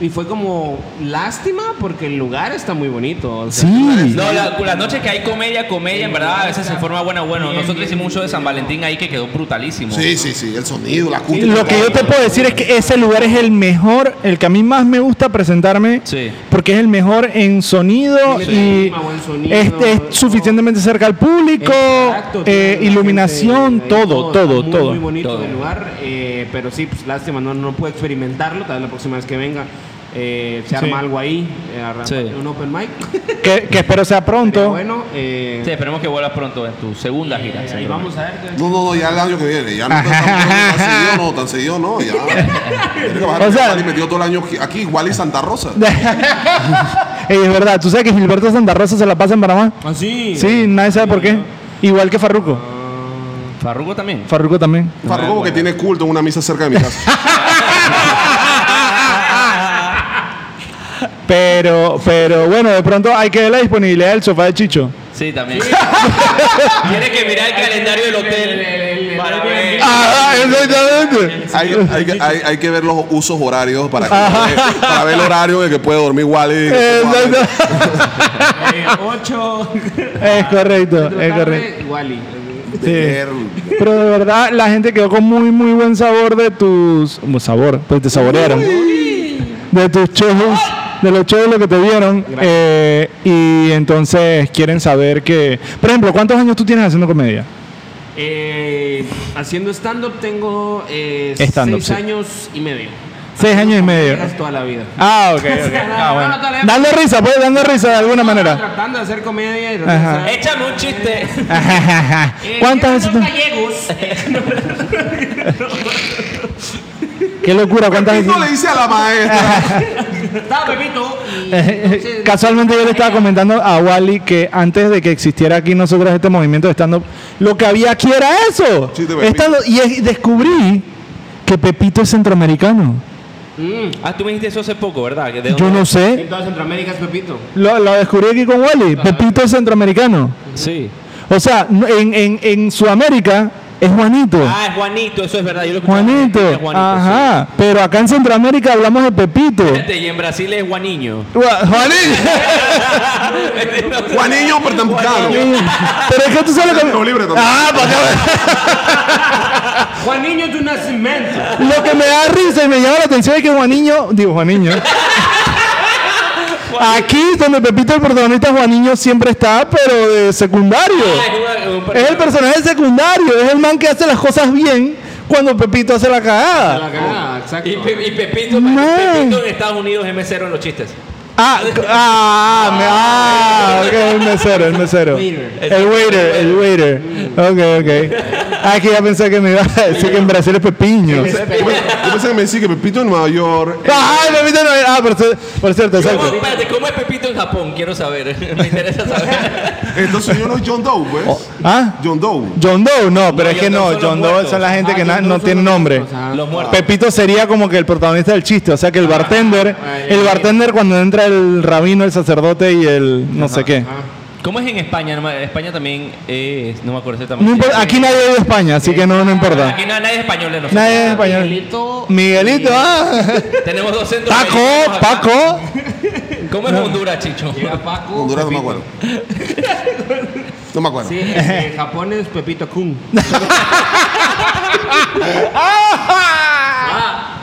Speaker 5: y fue como lástima porque el lugar está muy bonito. o sea,
Speaker 1: Sí.
Speaker 4: No, la- las noches que hay comedia, comedia, en verdad, a veces se forma buena, bueno. Nosotros hicimos mucho de San Valentín ahí que quedó brutalísimo.
Speaker 2: Sí, sí, sí, el sonido, la
Speaker 1: Y
Speaker 2: acústica.
Speaker 1: Lo que yo te puedo decir es que ese lugar es el mejor, el que a mí más me gusta presentarme,
Speaker 4: Sí.
Speaker 1: porque es el mejor en sonido
Speaker 5: Sí,
Speaker 1: y
Speaker 5: buen sonido,
Speaker 1: es, es
Speaker 5: todo.
Speaker 1: suficientemente cerca al público,
Speaker 5: Exacto, tiene
Speaker 1: eh,
Speaker 5: una
Speaker 1: iluminación,
Speaker 5: gente ahí,
Speaker 1: todo,
Speaker 5: está
Speaker 1: todo,
Speaker 5: muy,
Speaker 1: todo.
Speaker 5: Muy bonito
Speaker 4: Todo.
Speaker 5: el lugar, eh, pero sí, pues lástima, no, no pude experimentarlo. Tal vez la próxima vez que venga eh, se arma algo ahí, eh, arra-
Speaker 4: Sí.
Speaker 5: un open mic.
Speaker 1: Que, que espero sea
Speaker 5: Pero
Speaker 1: pronto.
Speaker 5: bueno, eh,
Speaker 4: Sí, esperemos que vuelvas pronto en tu segunda
Speaker 5: eh,
Speaker 4: gira.
Speaker 5: ahí
Speaker 4: seguramente.
Speaker 5: vamos a ver.
Speaker 2: No, no, no, ya el año que viene. Ya no tan, tan seguido, no, tan seguido, no, ya. Tiene que bajar
Speaker 1: O
Speaker 2: el
Speaker 1: sea-
Speaker 2: Cali metido todo el año aquí- aquí, igual y Santa Rosa.
Speaker 1: Ey, es verdad, ¿tú sabes que Gilberto Santa Rosa se la pasa en Panamá?
Speaker 5: Así.
Speaker 1: Sí, nadie sabe por qué. Igual que Farruco.
Speaker 4: Farruko también.
Speaker 1: Farruco también.
Speaker 2: Farruko porque tiene culto en una misa cerca de mi casa.
Speaker 1: Pero, pero bueno, de pronto hay que ver la disponibilidad del sofá de Chicho.
Speaker 4: Sí, también. Tienes que mirar el calendario del hotel para ver.
Speaker 1: Ajá, exactamente.
Speaker 2: Hay, hay que- hay- hay que ver los usos horarios para, que- para ver el horario de que puede dormir Wally.
Speaker 1: Exacto.
Speaker 3: Eh,
Speaker 5: 8.
Speaker 1: Es correcto,
Speaker 5: eh,
Speaker 1: es correcto.
Speaker 5: Igual y.
Speaker 1: Sí.
Speaker 2: Ver-
Speaker 1: Pero de verdad, la gente quedó con muy, muy buen sabor de tus. bueno, sabor, pues te saborearon. De tus shows, de los shows lo que te dieron. eh, y entonces quieren saber que. Por ejemplo, ¿cuántos años tú tienes haciendo comedia?
Speaker 5: Eh, haciendo stand-up tengo eh,
Speaker 1: Stand-up,
Speaker 5: seis
Speaker 1: sí.
Speaker 5: años y medio.
Speaker 1: Seis años y medio.
Speaker 5: Hagas Toda la vida.
Speaker 1: Ah, ok, ok. Ah, bueno. Dando risa, pues, dando risa de alguna manera.
Speaker 5: Tratando de hacer comedia y
Speaker 1: Ajá.
Speaker 5: tratando de hacer-
Speaker 4: Échame un chiste.
Speaker 5: Eh,
Speaker 1: ¿Cuántas veces
Speaker 5: siendo
Speaker 1: tú-
Speaker 5: gallegos,
Speaker 1: Qué locura, cuántas
Speaker 2: Pepito
Speaker 1: veces.
Speaker 2: le dice a la maestra?
Speaker 5: Estaba Pepito y entonces-
Speaker 1: Eh, Casualmente yo le estaba comentando a Wally que antes de que existiera aquí nosotros este movimiento de stand-up, lo que había aquí era eso.
Speaker 2: Sí, de Pepito.
Speaker 1: Stand-up. y es- descubrí que Pepito es centroamericano.
Speaker 4: Ah, tú me dijiste eso hace poco, ¿verdad? Que de
Speaker 1: Yo
Speaker 4: dónde-
Speaker 1: no sé.
Speaker 5: En toda Centroamérica es Pepito.
Speaker 1: Lo, lo descubrí aquí con Wally. Pepito es centroamericano.
Speaker 4: Sí.
Speaker 1: O sea, no- en, en- en Sudamérica es Juanito.
Speaker 4: Ah, es Juanito, eso es verdad. Yo lo escuché.
Speaker 1: Juanito.
Speaker 4: Es Juanito,
Speaker 1: Ajá. Pero acá en Centroamérica hablamos de Pepito.
Speaker 4: sí. Fíjate, Y en Brasil es Juaniño.
Speaker 1: Gua- Juanito.
Speaker 2: Juanillo pertambucano.
Speaker 1: Pero es que tú sabes lo que...
Speaker 2: Tengo libre también.
Speaker 1: Ah, ¿para qué?
Speaker 5: Juan Niño de un nacimiento.
Speaker 1: Lo que me da risa y me llama la atención es que Juaniño, digo Juaniño. Aquí donde Pepito el protagonista Juaniño siempre está, pero de secundario.
Speaker 4: Ah, es una- un
Speaker 1: Es el personaje secundario, es el man que hace las cosas bien cuando Pepito hace la cagada.
Speaker 5: La cagada, exacto.
Speaker 4: Y, Pe- y Pepito,
Speaker 1: No.
Speaker 4: Pepito en Estados Unidos es mesero en los chistes.
Speaker 1: Ah, c- ah, me- ah, ok, el mesero, el mesero.
Speaker 5: Waiter.
Speaker 1: El waiter, el waiter. Ok, ok. Ah, que ya pensé que me iba a decir que en Brasil es Pepiño.
Speaker 2: Yo pensé- yo pensé que me decía que Pepito en Nueva York.
Speaker 1: Ah, Pepito no Ah, por, cer- por cierto,
Speaker 4: ¿Cómo,
Speaker 1: exacto.
Speaker 4: espérate, ¿cómo es Pepito en Japón? Quiero saber. Me interesa saber.
Speaker 2: Entonces yo no es John Doe, pues.
Speaker 1: ¿Ah?
Speaker 2: John Doe.
Speaker 1: John Doe, no, pero
Speaker 4: No,
Speaker 1: es que
Speaker 4: John Doe
Speaker 1: no,
Speaker 4: son los
Speaker 1: John Doe
Speaker 4: muertos.
Speaker 1: son la gente
Speaker 5: Ah,
Speaker 1: que na-
Speaker 5: John Doe
Speaker 1: no
Speaker 5: son
Speaker 1: tiene
Speaker 5: los
Speaker 1: nombre.
Speaker 5: muertos, ajá.
Speaker 4: Los muertos. Ah,
Speaker 1: Pepito sería como que el protagonista del chiste, o sea que el bartender,
Speaker 5: ay,
Speaker 1: el
Speaker 5: ay.
Speaker 1: bartender cuando entra el rabino, el sacerdote y el no sé qué.
Speaker 4: ¿Cómo es en España? No me- España también es. No me acuerdo
Speaker 1: No
Speaker 4: exactamente.
Speaker 1: importa- aquí nadie vive España, así que no, no importa.
Speaker 4: Aquí no, nadie es español de nosotros.
Speaker 1: Nadie es español.
Speaker 5: Miguelito.
Speaker 1: Miguelito, ah.
Speaker 4: Tenemos dos centros.
Speaker 1: Paco, Paco.
Speaker 4: ¿Cómo es Honduras, Chicho?
Speaker 5: Llega Paco.
Speaker 2: Honduras no me
Speaker 5: Pepito.
Speaker 2: acuerdo. No me acuerdo.
Speaker 5: Sí, en Japón es Pepito Kun.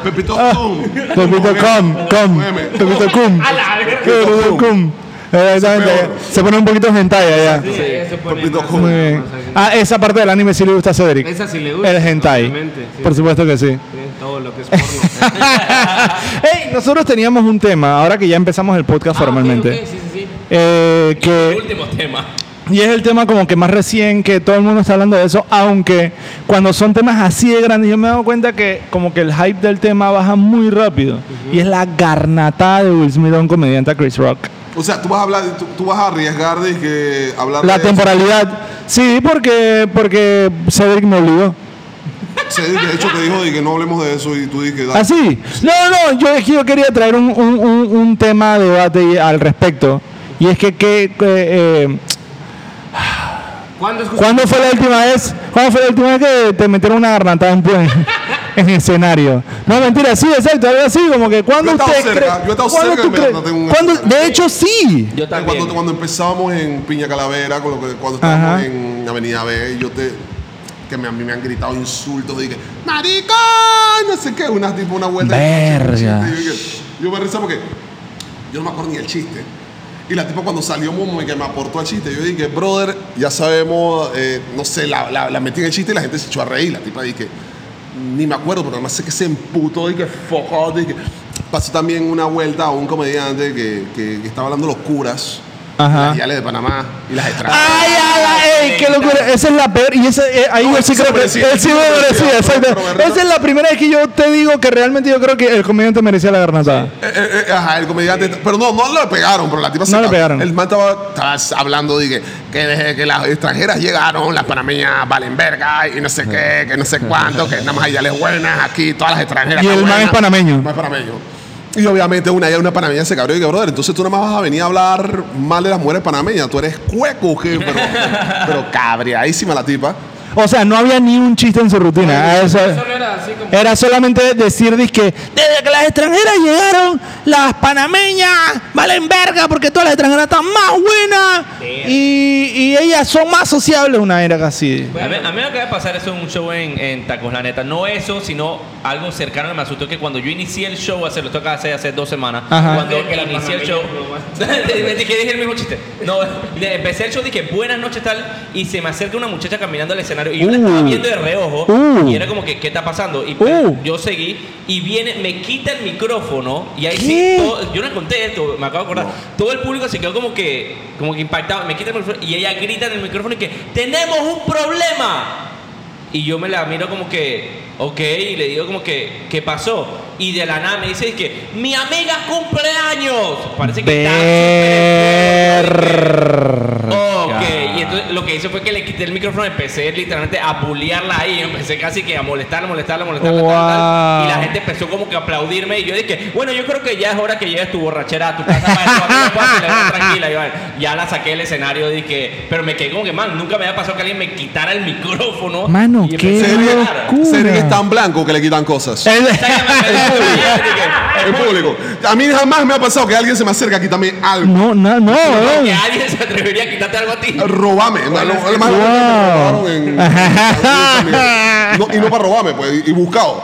Speaker 2: Pepito Zoom.
Speaker 1: Pepito com, com. Pepito cum. Pepito cum. Exactamente. Se pone un poquito hentai allá.
Speaker 5: Sí, se pone
Speaker 2: Pepito
Speaker 5: más-
Speaker 2: Kun.
Speaker 1: Muy bien.
Speaker 5: más-
Speaker 1: Ah, esa parte del anime sí le gusta a Cedric.
Speaker 5: Esa sí le gusta.
Speaker 1: El hentai.
Speaker 5: obviamente, sí.
Speaker 1: Por supuesto que sí.
Speaker 5: Sí, Todo lo que es porno.
Speaker 1: Ey, nosotros teníamos un tema, ahora que ya empezamos el podcast formalmente.
Speaker 5: Ah, ok, ok, sí, sí, sí.
Speaker 1: eh,
Speaker 4: El
Speaker 1: que,
Speaker 4: último tema.
Speaker 1: y es el tema como que más recién que todo el mundo está hablando de eso, aunque cuando son temas así de grandes, yo me he dado cuenta que como que el hype del tema baja muy rápido. Y es la garnatada de Will Smith a un comediante a Chris Rock.
Speaker 2: O sea, tú vas a hablar, tú, tú vas a arriesgar de que hablar
Speaker 1: La
Speaker 2: de
Speaker 1: temporalidad. Sí, porque, porque Cedric me obligó.
Speaker 2: Sí, de hecho te dijo de que no hablemos de eso y tú dijiste dale.
Speaker 1: ¿Así? No, no, no, yo, es que yo quería traer un, un- un- un tema de debate y- al respecto. Y es que, que eh, eh,
Speaker 5: ¿Cuándo es justo?
Speaker 1: ¿cuándo fue la última vez? ¿Cuándo fue la última vez que te metieron una garnatada en, pue- en escenario. No, mentira, sí, exacto, algo así, como que cuando
Speaker 2: Yo he estado
Speaker 1: usted
Speaker 2: cerca,
Speaker 1: cree-
Speaker 2: yo he estado
Speaker 1: ¿cuándo
Speaker 2: cerca
Speaker 1: tú
Speaker 2: de
Speaker 1: crees-
Speaker 2: Miranda, tengo un-
Speaker 1: cuándo- de hecho, sí.
Speaker 4: Yo también.
Speaker 2: Cuando, cuando empezamos en Piña Calavera, con lo que- cuando estábamos
Speaker 1: Ajá.
Speaker 2: en Avenida B, yo te. que me, a mí me han gritado insultos, dije, ¡Maricón! No sé qué, una, tipo, una vuelta.
Speaker 1: Verga.
Speaker 2: Y Yo, dije, yo me risa porque yo no me acuerdo ni el chiste. Y la tipo cuando salió Momo y que me aportó al chiste, yo dije, brother, ya sabemos, eh, no sé, la, la, la metí en el chiste y la gente se echó a reír. La tipa dije, ni me acuerdo, pero nada más sé que se emputó y que fuck off", y que Pasó también una vuelta a un comediante que, que- que estaba hablando de los curas,
Speaker 1: Ajá.
Speaker 2: las yales de Panamá y las estrellas.
Speaker 1: Ay, ay, ay, ey, qué locura. Esa es la peor. Y esa, eh, ahí
Speaker 2: No,
Speaker 1: yo
Speaker 2: él
Speaker 1: sí
Speaker 2: sí
Speaker 1: creo
Speaker 2: lo
Speaker 1: que. Él sí
Speaker 2: merecía, él sí
Speaker 1: lo
Speaker 2: lo
Speaker 1: merecía,
Speaker 2: merecía,
Speaker 1: exacto.
Speaker 2: Roberto.
Speaker 1: Esa es la primera vez que yo te digo que realmente yo creo que el comediante merecía la garnatada.
Speaker 2: Eh, eh, eh, ajá, el comediante. Pero no, no le pegaron, pero la tipa
Speaker 1: No le
Speaker 2: ca-
Speaker 1: pegaron.
Speaker 2: El man estaba, estaba hablando de que, que desde que las extranjeras llegaron, las panameñas valen verga y no sé qué, que no sé cuánto, que nada más allá les buenas, aquí todas las extranjeras.
Speaker 1: Y el
Speaker 2: están
Speaker 1: man es
Speaker 2: buenas.
Speaker 1: panameño.
Speaker 2: El man es panameño. Y obviamente una, una panameña se cabrió y que, brother, entonces tú nada más vas a venir a hablar mal de las mujeres panameñas, tú eres cueco, que, pero, pero cabreadísima la tipa.
Speaker 1: O sea, no había ni un chiste en su rutina. Ah, eso-
Speaker 5: Solo era así como.
Speaker 1: Era solamente decir que desde que las extranjeras llegaron, las panameñas valen verga porque todas las extranjeras están más buenas y, y ellas son más sociables. Una era casi.
Speaker 4: A mí, a mí me acaba de pasar eso en un show en, en Tacos, la neta. No eso, sino algo cercano que me asustó que cuando yo inicié el show, hace, lo toca hace, hace dos semanas,
Speaker 1: Ajá.
Speaker 4: cuando
Speaker 5: Sí, que la
Speaker 4: inicié el
Speaker 5: panameña
Speaker 4: show,
Speaker 5: no
Speaker 4: dije, dije el mismo chiste. No, de- empecé el show, dije, buenas noches tal, y se me acerca una muchacha caminando al escenario y yo la estaba
Speaker 1: Uh.
Speaker 4: viendo de reojo
Speaker 1: Uh.
Speaker 4: y era como que, ¿qué está pasando? Y pues,
Speaker 1: Uh.
Speaker 4: yo seguí y viene, me quita el micrófono y ahí
Speaker 1: ¿Qué?
Speaker 4: sí, todo- yo no conté esto, me acabo de acordar. Todo el público se quedó como que, como que impactado, me quita el micrófono y ella grita en el micrófono y que, ¡tenemos un problema! Y yo me la miro como que, ok, y le digo como que, ¿qué pasó? Y de la nada me dice que, mi amiga cumpleaños. Parece que está... Ok, y entonces lo que hice fue que le quité el micrófono, empecé literalmente a bullearla ahí, empecé casi que a molestarla, molestarla, molestarla. tal, tal.
Speaker 1: Wow.
Speaker 4: Y la gente empezó como que a aplaudirme y yo dije, bueno, yo creo que ya es hora que lleves tu borrachera a tu casa para tu amigo, para que le vaya tranquila. Y yo, ya la saqué del escenario, dije, pero me quedé como que, man, nunca me había pasado que alguien me quitara el micrófono.
Speaker 1: Mano,
Speaker 4: Y
Speaker 1: qué
Speaker 4: empecé a llorar.
Speaker 1: locura.
Speaker 2: Sería que es tan blanco que le quitan cosas.
Speaker 1: Eh.
Speaker 2: El público. A mí jamás me ha pasado que alguien se me acerque a quitarme algo.
Speaker 1: No, no, no.
Speaker 4: Como que
Speaker 1: eh.
Speaker 4: alguien se atrevería a quitarte algo a ti.
Speaker 2: robame. Lo- lo más
Speaker 1: Wow.
Speaker 2: grande que me robaron en- No, y no para robarme, pues, y y buscado.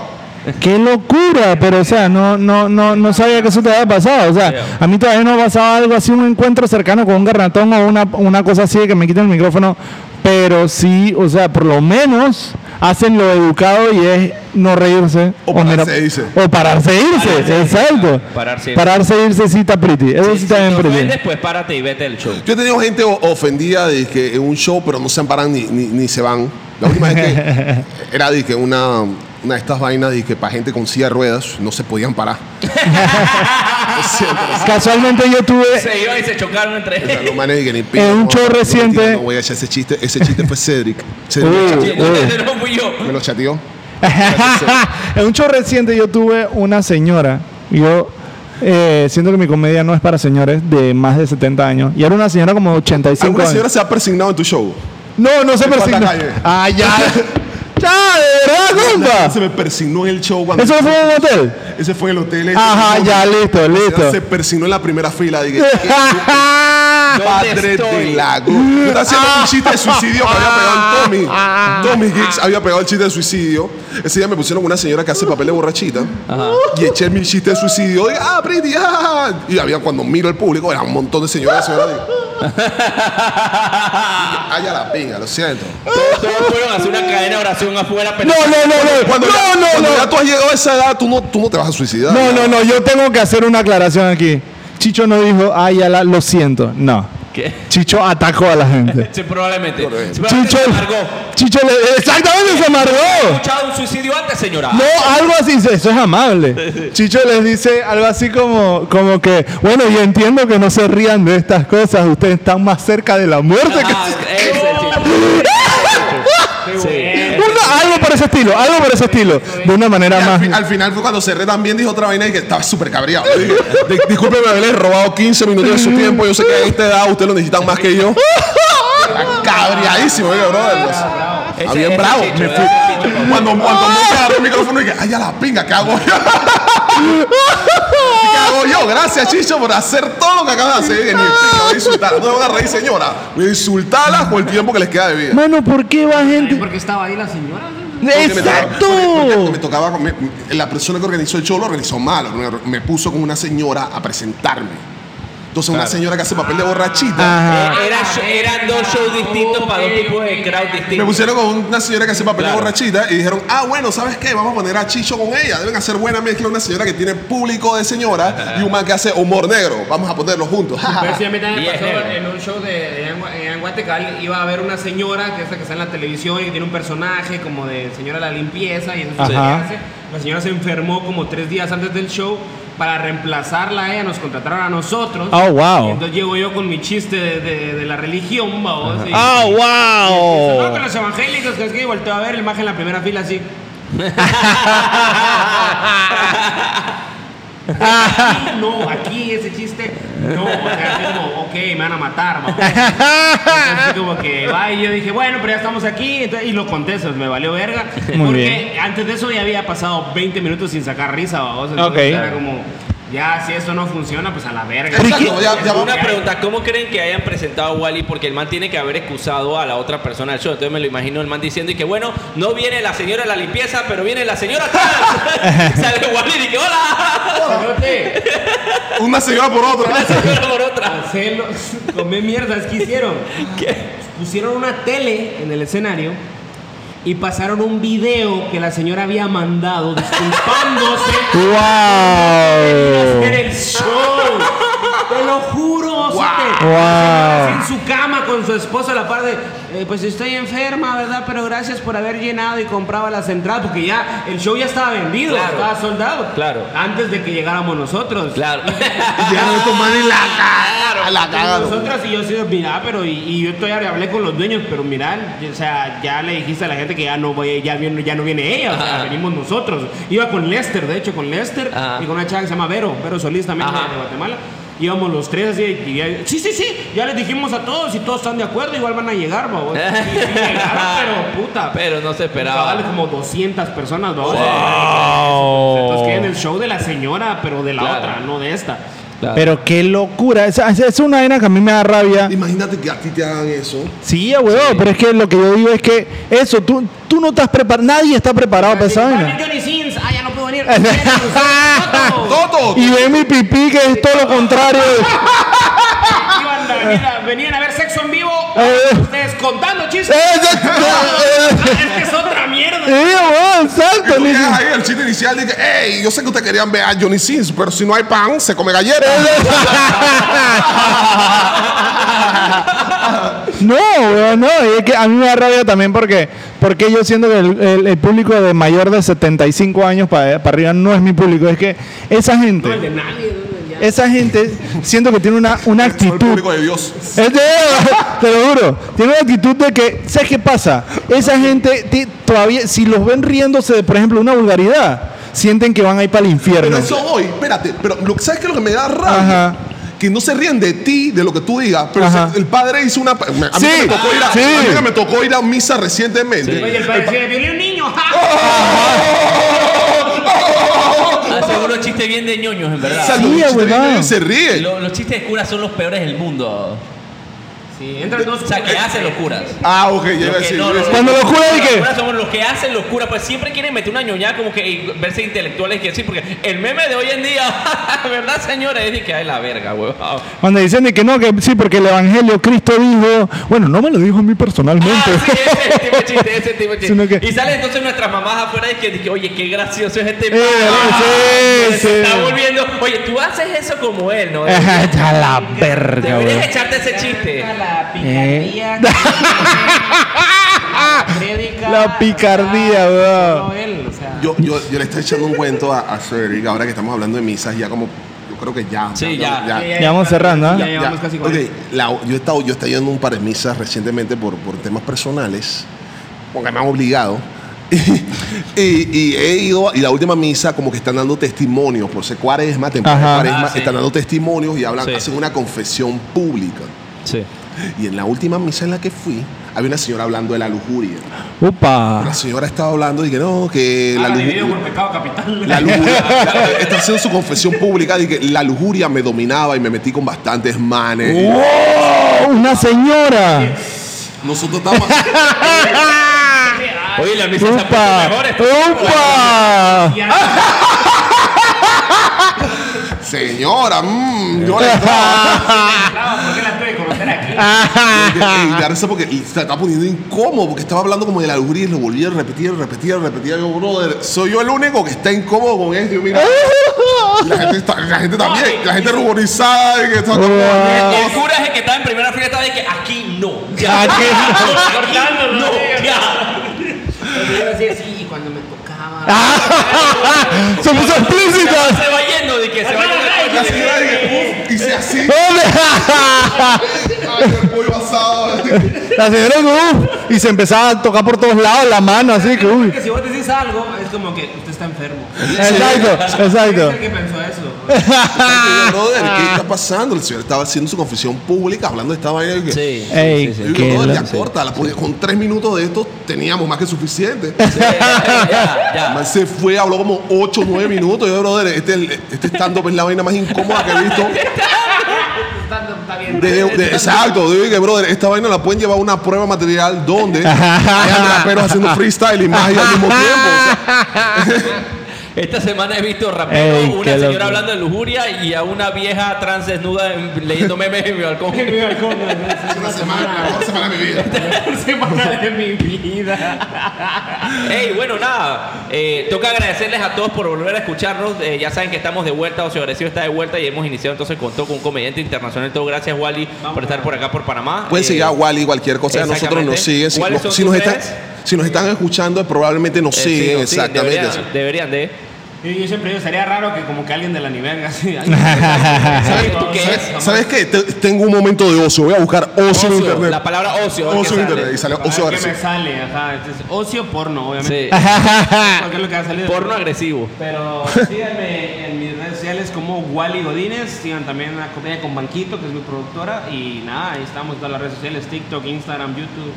Speaker 1: Qué locura, pero o sea, no, no, no, no sabía que eso te había pasado. O sea, a mí todavía no me ha pasado algo así, un encuentro cercano con un garnatón o una, una cosa así de que me quiten el micrófono. Pero sí, o sea, por lo menos hacen lo educado y es no reírse.
Speaker 2: O pararse e irse.
Speaker 1: O pararse e irse,
Speaker 4: Pararse e irse,
Speaker 1: exacto.
Speaker 4: claro, pararse e irse.
Speaker 1: Pararse e irse sí está pretty. Eso sí,
Speaker 4: Si
Speaker 1: está
Speaker 4: te
Speaker 1: bien pretty.
Speaker 4: ofendes, pues párate y vete del show.
Speaker 2: Yo he tenido gente o- ofendida de que en un show, pero no se amparan ni, ni, ni se van. La última vez que era de que una, una de estas vainas de que para gente con silla de ruedas no se podían parar. Lo siento, lo siento.
Speaker 1: Casualmente yo tuve
Speaker 4: Se iban y se chocaron entre
Speaker 2: O sea,
Speaker 4: ellos.
Speaker 2: los manes de que ni
Speaker 1: En un
Speaker 2: no,
Speaker 1: show
Speaker 2: no, no,
Speaker 1: reciente-
Speaker 2: No voy a echar ese chiste. Ese chiste fue Cedric. Cedric me
Speaker 1: Uh.
Speaker 2: chateó.
Speaker 4: Entonces no fui yo.
Speaker 2: me lo chateó.
Speaker 1: en un show reciente yo tuve una señora. Yo eh, siento que mi comedia no es para señores de más de 70 años. Y era una señora como de 85
Speaker 2: ¿Alguna
Speaker 1: años.
Speaker 2: señora se ha persignado en tu show?
Speaker 1: No, no se
Speaker 2: ¿De cuánta
Speaker 1: persignó.
Speaker 2: calle?
Speaker 1: Ah, ya. ya, de verdad,
Speaker 2: Se
Speaker 1: compa.
Speaker 2: me persignó en el show cuando...
Speaker 1: Eso fue en un hotel.
Speaker 2: Ese fue en el hotel. ese
Speaker 1: Ajá,
Speaker 2: fue el
Speaker 1: ya,
Speaker 2: momento.
Speaker 1: listo,
Speaker 2: La
Speaker 1: listo.
Speaker 2: señora Se persinó en la primera fila. Dije, "Qué padre de lago. Yo estaba haciendo un chiste de suicidio que había
Speaker 1: Ah.
Speaker 2: pegado el Tommy. Tommy Giggs había pegado el chiste de suicidio. Ese día me pusieron una señora que hace papel de borrachita. Y eché mi chiste de suicidio. Y, ah, pretty, ah. Y había cuando miro el público, era un montón de señoras. señoras de- Ay, a la pinga, lo siento.
Speaker 4: Todos fueron a hacer una cadena de oración afuera.
Speaker 1: No, no, no,
Speaker 2: Cuando,
Speaker 1: no.
Speaker 2: ya,
Speaker 1: No,
Speaker 2: cuando
Speaker 1: no,
Speaker 2: ya tú has llegado a esa edad, tú no, tú no te vas a suicidar.
Speaker 1: no. No, no, no. Yo tengo que hacer una aclaración aquí. Chicho no dijo, ay, ya la- lo siento. No.
Speaker 4: ¿Qué?
Speaker 1: Chicho atacó a la gente.
Speaker 4: Sí, probablemente. Sí, probablemente
Speaker 1: Chicho,
Speaker 4: se amargó.
Speaker 1: Chicho le, exactamente se
Speaker 4: ¿Ha
Speaker 1: amargó.
Speaker 4: escuchado un suicidio antes, señora?
Speaker 1: No, algo así, dice, eso es amable. Chicho les dice algo así como, como que, bueno, yo entiendo que no se rían de estas cosas, ustedes están más cerca de la muerte
Speaker 4: Ah,
Speaker 1: que...
Speaker 5: Eh,
Speaker 4: ese, Chicho.
Speaker 1: Una- algo por ese estilo, algo por ese estilo, de una manera
Speaker 2: Y al, fi-
Speaker 1: más...
Speaker 2: al final fue cuando Cerré también dijo otra vaina y que estaba súper cabreado. Mm. Yo dije, "Di- Discúlpeme haberle robado 15 minutos de su tiempo. Yo sé que a esta edad ustedes lo necesitan más que yo. Está cabreadísimo, oiga, brother. Está
Speaker 4: Ese-
Speaker 2: bien
Speaker 4: ese
Speaker 2: bravo.
Speaker 4: chicho,
Speaker 2: Me
Speaker 4: ese
Speaker 2: fui. Cuando, cuando me agarró el micrófono y dije, ay, a la pinga, ¿qué hago yo? ¿Qué hago yo? Gracias, Chicho, por hacer todo lo que acabas de hacer. Dije, Ni pinga, voy a insultar. No me van a reír, señora. Voy a insultarla por el tiempo que les queda de vida.
Speaker 1: Mano, ¿por qué va gente?
Speaker 5: Porque estaba ahí la señora.
Speaker 2: Porque me tocaba- porque- porque Me
Speaker 1: ¡Exacto!
Speaker 2: tocaba, con- me- me- la persona que organizó el show lo organizó mal. Me, me puso con una señora a presentarme. Entonces, una señora que hace papel de borrachita.
Speaker 1: Ajá.
Speaker 4: Eh, Era- eran dos shows distintos para dos tipos de crowd
Speaker 2: Me
Speaker 4: distintos.
Speaker 2: pusieron con una señora que hace papel de
Speaker 4: Claro.
Speaker 2: borrachita y dijeron, ah, bueno, ¿sabes qué? Vamos a poner a Chicho con ella. Deben hacer buena mezcla una señora que tiene público de señora y un man que hace humor negro. Vamos a ponerlos juntos.
Speaker 5: Pero sí, a mí también me
Speaker 4: Yeah.
Speaker 5: pasó en- en un show de, de Angua- en Anguate que alguien- iba a haber una señora que es la que está en la televisión y que tiene un personaje como de señora de la limpieza y eso es lo que
Speaker 1: Ajá.
Speaker 5: hace. La señora se enfermó como tres días antes del show. Para reemplazarla a ella nos contrataron a nosotros.
Speaker 1: Oh, wow.
Speaker 5: Y entonces llego yo con mi chiste de, de- de la religión, babos. y-
Speaker 1: ¡Ah,
Speaker 5: y empiezo, "No, que
Speaker 1: wow!
Speaker 5: los evangélicos, que es que y volteo a ver el imagen en la primera fila así. Aquí no, aquí ese chiste, no, o sea, así como, ok, me van a matar, mamá. Entonces, así como que va y yo dije, bueno, pero ya estamos aquí, entonces, y lo conté, eso me valió verga.
Speaker 1: Muy
Speaker 5: porque
Speaker 1: bien.
Speaker 5: antes de eso ya había pasado 20 minutos sin sacar risa, vamos. Entonces
Speaker 1: Ok.
Speaker 5: era como, ya, si esto no funciona, pues a la verga.
Speaker 2: Exacto, ya, ya vamos.
Speaker 4: Una pregunta, ¿cómo creen que hayan presentado a Wally? Porque el man tiene que haber excusado a la otra persona del show. Entonces me lo imagino el man diciendo y que bueno, no viene la señora de la limpieza, pero viene la señora trans. Sale Wally y que hola.
Speaker 5: Cerote,
Speaker 2: Una señora por
Speaker 4: Una
Speaker 2: otra.
Speaker 4: señora por otra.
Speaker 5: Celos, comé mierdas, ¿qué hicieron? Pusieron una tele en el escenario y pasaron un video que la señora había mandado disculpándose.
Speaker 1: ¡Wow!
Speaker 5: hacer el show. Te lo juro, Osote.
Speaker 1: Wow.
Speaker 5: La señora así En su cama con su esposa a la par de, eh, pues estoy enferma, ¿verdad? Pero gracias por haber llenado y comprado las entradas, porque ya el show ya estaba vendido,
Speaker 4: Claro.
Speaker 5: estaba soldado.
Speaker 4: Claro.
Speaker 5: Antes de que llegáramos nosotros.
Speaker 4: Claro.
Speaker 2: Llegaron estos manes y la cagaron. Ah, La
Speaker 5: Y
Speaker 2: cagaron.
Speaker 5: nosotras y yo así, mira, pero y, y yo todavía hablé con los dueños, pero mirá, o sea, ya le dijiste a la gente que ya no voy, ya viene, ya no viene ella, o sea,
Speaker 4: Ajá.
Speaker 5: venimos nosotros. Iba con Lester, de hecho, con Lester
Speaker 4: Ajá.
Speaker 5: y con una chava que se llama Vero, Vero Solís también de,
Speaker 4: Ajá.
Speaker 5: de Guatemala. Íbamos los tres así, y ya- sí, sí, sí, ya les dijimos a todos y todos están de acuerdo, igual van a llegar, babo. Sí, sí, llegaron, pero puta.
Speaker 4: Pero no
Speaker 5: Cabal,
Speaker 4: se esperaba.
Speaker 5: como 200 personas, babo. Entonces, que en el show de la señora, pero de la
Speaker 4: Claro.
Speaker 5: otra, no de esta.
Speaker 1: Pero qué locura. Es, es- es una vaina que a mí me da rabia.
Speaker 2: Imagínate que a ti te hagan eso.
Speaker 1: Sí, ya, huevón, pero es que lo que yo digo es que eso, tú, tú no estás preparado, nadie está preparado para esa
Speaker 5: Vale,
Speaker 1: vaina.
Speaker 5: Johnny Sins, ah, ya no puedo venir. Foto.
Speaker 2: ¡Toto!
Speaker 1: Y ve mi pipí que es todo lo contrario.
Speaker 5: Iban a venir a- venían a ver sexo en vivo.
Speaker 1: Eh.
Speaker 5: Ustedes contando chistes. Ah,
Speaker 1: Eh,
Speaker 5: Es que es otra mierda.
Speaker 1: huevón,
Speaker 2: Y
Speaker 1: exacto.
Speaker 2: tú
Speaker 1: ni
Speaker 2: llegas
Speaker 1: si-
Speaker 2: ahí el chiste inicial dice, hey, yo sé que ustedes querían ver a Johnny Sins, pero si no hay pan, se come galleta.
Speaker 1: No, weón, no. y es que a mí me da rabia también porque, porque yo siento que el, el- el público de mayor de 75 años para, para arriba no es mi público. Es que esa gente, esa gente siento que tiene una, una
Speaker 2: Soy el
Speaker 1: actitud.
Speaker 2: público de Dios.
Speaker 1: Es de- te lo juro. Tiene una actitud de que, ¿sabes qué pasa? Esa gente ti- todavía, si los ven riéndose de, por ejemplo, una vulgaridad, sienten que van a ir para el infierno.
Speaker 2: Pero eso hoy, espérate, pero lo, ¿sabes qué es lo que me da rabia?
Speaker 1: Ajá.
Speaker 2: Que no se ríen de ti, de lo que tú digas, pero
Speaker 1: Ajá.
Speaker 2: se- el padre hizo una... pa- me- A mí,
Speaker 1: Sí,
Speaker 2: que me, tocó ir a,
Speaker 1: sí.
Speaker 2: a mí que me tocó ir a misa recientemente.
Speaker 5: Oye, el padre decía, violé un niño. ja".
Speaker 1: Oh.
Speaker 4: Hace unos Ah, chistes bien de ñoños, en
Speaker 2: O
Speaker 4: verdad.
Speaker 2: sea, los
Speaker 1: Sí,
Speaker 2: chistes
Speaker 1: huevón.
Speaker 2: de- se ríe.
Speaker 4: Lo- los chistes de cura son los peores del mundo.
Speaker 5: Sí, entran dos.
Speaker 4: O sea, que hacen locuras.
Speaker 2: Ah, ok, ya iba a
Speaker 4: Los que
Speaker 2: decir.
Speaker 4: no,
Speaker 2: iba a
Speaker 4: los-
Speaker 2: decir.
Speaker 1: Cuando lo jura, ¿y
Speaker 4: los
Speaker 1: qué?
Speaker 4: locuras somos los que hacen locura, pues siempre quieren meter una ñoñada como que y verse intelectuales que sí, porque el meme de hoy en día, ¿verdad, señora? Es de que hay la verga, huevón. Ah,
Speaker 1: Cuando dicen de que no, que sí, porque el Evangelio Cristo dijo, bueno, no me lo dijo a mí
Speaker 4: Ah,
Speaker 1: personalmente.
Speaker 4: sí, ese tipo de chiste, ese tipo de
Speaker 1: Sino
Speaker 4: chiste.
Speaker 1: que-
Speaker 4: Y salen entonces nuestras mamás afuera y que, de que, oye, qué gracioso es este.
Speaker 1: Eh, sí,
Speaker 4: Se
Speaker 1: sí.
Speaker 4: está volviendo. Oye, tú haces eso como él, ¿no?
Speaker 1: Ajá, ya la verga,
Speaker 4: Deberías
Speaker 1: weón.
Speaker 4: echarte ese chiste.
Speaker 5: La picardía.
Speaker 1: Eh.
Speaker 5: que- la prédica,
Speaker 1: La picardía,
Speaker 5: o sea,
Speaker 1: weón.
Speaker 5: solo él, o sea.
Speaker 2: Yo, yo, yo le estoy echando un cuento a, a Cedric, ahora que estamos hablando de misas, ya como, yo creo que ya.
Speaker 4: Sí, ya.
Speaker 1: Ya vamos cerrando, ¿ah?
Speaker 5: Ya
Speaker 1: Ya,
Speaker 5: llevamos
Speaker 2: Ya,
Speaker 5: casi
Speaker 2: ok,
Speaker 5: 40.
Speaker 2: la- yo he estado, yo he estado yendo a un par de misas recientemente por, por temas personales, porque me han obligado. y, y he ido, y la última misa, como que están dando testimonios, por ser cuaresma, temporada de
Speaker 1: Ajá.
Speaker 2: cuaresma,
Speaker 4: Ah, sí.
Speaker 2: están dando testimonios y hablan,
Speaker 4: Sí.
Speaker 2: hacen una confesión pública.
Speaker 4: Sí.
Speaker 2: Y en la última misa en la que fui, había una señora hablando de la lujuria.
Speaker 1: Upa.
Speaker 2: La señora estaba hablando y que no, que la
Speaker 5: Ahora dividido
Speaker 2: lujuria.
Speaker 5: Ah, por pecado capital.
Speaker 2: La lujuria, está haciendo su confesión pública de que la lujuria me dominaba y me metí con bastantes manes.
Speaker 1: ¡Wow! ¡Una señora!
Speaker 2: Nosotros estábamos.
Speaker 4: Oye, la misa se ha puesto
Speaker 1: ¡Upa!
Speaker 4: mejor.
Speaker 1: ¡Upa!
Speaker 2: Señora, mmm, yo le
Speaker 3: Ah,
Speaker 5: ¿Por qué la tuve que conocer aquí?
Speaker 2: Y me da risa porque y se está poniendo incómodo porque estaba hablando como de la lujuria y lo volvía a repetir, repetir, repetir. Yo, brother, soy yo el único que está incómodo con esto. Yo, mira, la gente, está- la gente también, la gente ruborizada y que está como.
Speaker 4: Y
Speaker 1: Ah.
Speaker 4: el cura es el que estaba en primera fila estaba de que aquí no. Ya.
Speaker 1: Aquí
Speaker 4: no.
Speaker 5: Cortándolo,
Speaker 4: no.
Speaker 5: diga.
Speaker 4: Ya.
Speaker 3: y cuando me tocaba.
Speaker 5: Ah,
Speaker 1: ¡Se puso explícita!
Speaker 4: Se va yendo de que se va
Speaker 2: La
Speaker 4: yendo.
Speaker 2: señora de que, hice así, ay, el pollo asado.
Speaker 1: La señora uh, y se empezaba a tocar por todos lados la mano, así que uy.
Speaker 5: Que si vos decís algo, es como que usted está enfermo.
Speaker 1: Exacto, exacto.
Speaker 5: ¿Qué pensó eso?
Speaker 2: Yo, brother, ¿qué está pasando? El señor estaba haciendo su confesión pública hablando de esta vaina. y que-
Speaker 4: Sí.
Speaker 1: Ey,
Speaker 2: Yo digo,
Speaker 1: qué
Speaker 2: brother, ya
Speaker 1: loco.
Speaker 2: córtala, porque con tres minutos de esto teníamos más que suficiente.
Speaker 4: Ya,
Speaker 2: El
Speaker 4: ya.
Speaker 2: man se fue, habló como 8 o 9 minutos. Yo, brother, este, este stand-up es la vaina más incómoda que he visto. De- de- exacto, yo dije, brother, esta vaina la pueden llevar a una prueba material donde hayan raperos haciendo freestyle y magia al mismo tiempo.
Speaker 4: Esta semana he visto rapero,
Speaker 1: Ey,
Speaker 4: una
Speaker 1: qué
Speaker 4: señora
Speaker 1: loco.
Speaker 4: hablando de lujuria y a una vieja trans desnuda en- leyendo memes en mi balcón.
Speaker 2: Es una semana, la mejor semana de mi vida.
Speaker 5: Semana de mi vida.
Speaker 4: Hey, bueno, nada. Eh, toca agradecerles a todos por volver a escucharnos. Eh, ya saben que estamos de vuelta, Ocio Agresivo está de vuelta y hemos iniciado entonces con todo con un comediante internacional. Todo gracias, Wally, por estar por acá, por Panamá.
Speaker 2: Pueden
Speaker 4: Eh,
Speaker 2: seguir a Wally, cualquier cosa. A nosotros nos
Speaker 4: Exactamente.
Speaker 2: siguen. Si,
Speaker 4: ¿Cuáles
Speaker 2: no-
Speaker 4: son
Speaker 2: si
Speaker 4: tus
Speaker 2: nos están,
Speaker 4: redes?
Speaker 2: si nos están escuchando, probablemente nos
Speaker 4: eh, sí,
Speaker 2: siguen.
Speaker 4: nos siguen,
Speaker 2: exactamente.
Speaker 4: Deberían, deberían de.
Speaker 5: Y yo siempre digo, sería raro que como que alguien de la nivel así. ay,
Speaker 4: ¿Sabes tú qué es?
Speaker 2: ¿Sabes, ¿sabes qué? Te- tengo un momento de ocio. Voy a buscar ocio, en
Speaker 4: Ocio,
Speaker 2: internet.
Speaker 4: La palabra ocio. que
Speaker 2: ocio en
Speaker 4: sale.
Speaker 2: internet. Y sale
Speaker 5: a ver
Speaker 2: ocio
Speaker 5: ¿Qué
Speaker 2: agresivo.
Speaker 5: me sale? Ajá. entonces, ocio porno, obviamente.
Speaker 4: Sí.
Speaker 5: Porque es lo que ha salido.
Speaker 4: Porno agresivo.
Speaker 5: Pero síganme en mis redes sociales como Wally Godínez, sigan también a Comedia con Banquito, que es mi productora, y nada, ahí estamos en todas las redes sociales, TikTok, Instagram, YouTube,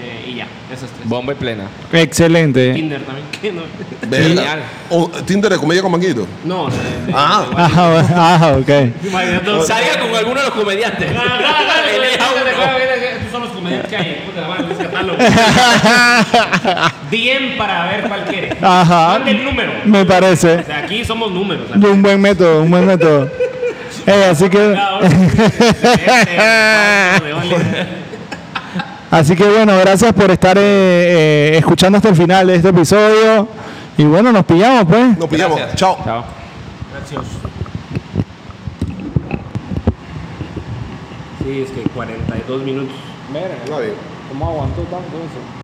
Speaker 5: eh, y ya, esas tres.
Speaker 4: Bomba y plena.
Speaker 1: Excelente.
Speaker 5: Tinder también, ¿qué no?
Speaker 2: Verga.
Speaker 4: Genial.
Speaker 2: O- Tinder de comedia con manguito.
Speaker 5: No,
Speaker 2: Ah,
Speaker 1: Ajá, bueno, ajá, ok.
Speaker 4: Salga con alguno de los comediantes. Elija uno.
Speaker 5: Estos son los comediantes que hay, puta la madre, es catálogo. DM para ver cuál quiere.
Speaker 1: Ajá.
Speaker 5: Mande el número.
Speaker 1: Me
Speaker 5: O
Speaker 1: parece.
Speaker 5: sea, aquí somos números. o sea,
Speaker 1: Un buen método, un buen método. Ey, así que.
Speaker 5: cada uno- de Oli.
Speaker 1: Así que bueno, gracias por estar eh, eh, escuchando hasta el final de este episodio. Y bueno, nos pillamos pues.
Speaker 2: nos pillamos.
Speaker 4: Gracias.
Speaker 2: Chao.
Speaker 4: Chao.
Speaker 5: Sí, es que 42 minutos.
Speaker 2: Está bien.
Speaker 6: ¿Cómo aguantó tanto eso?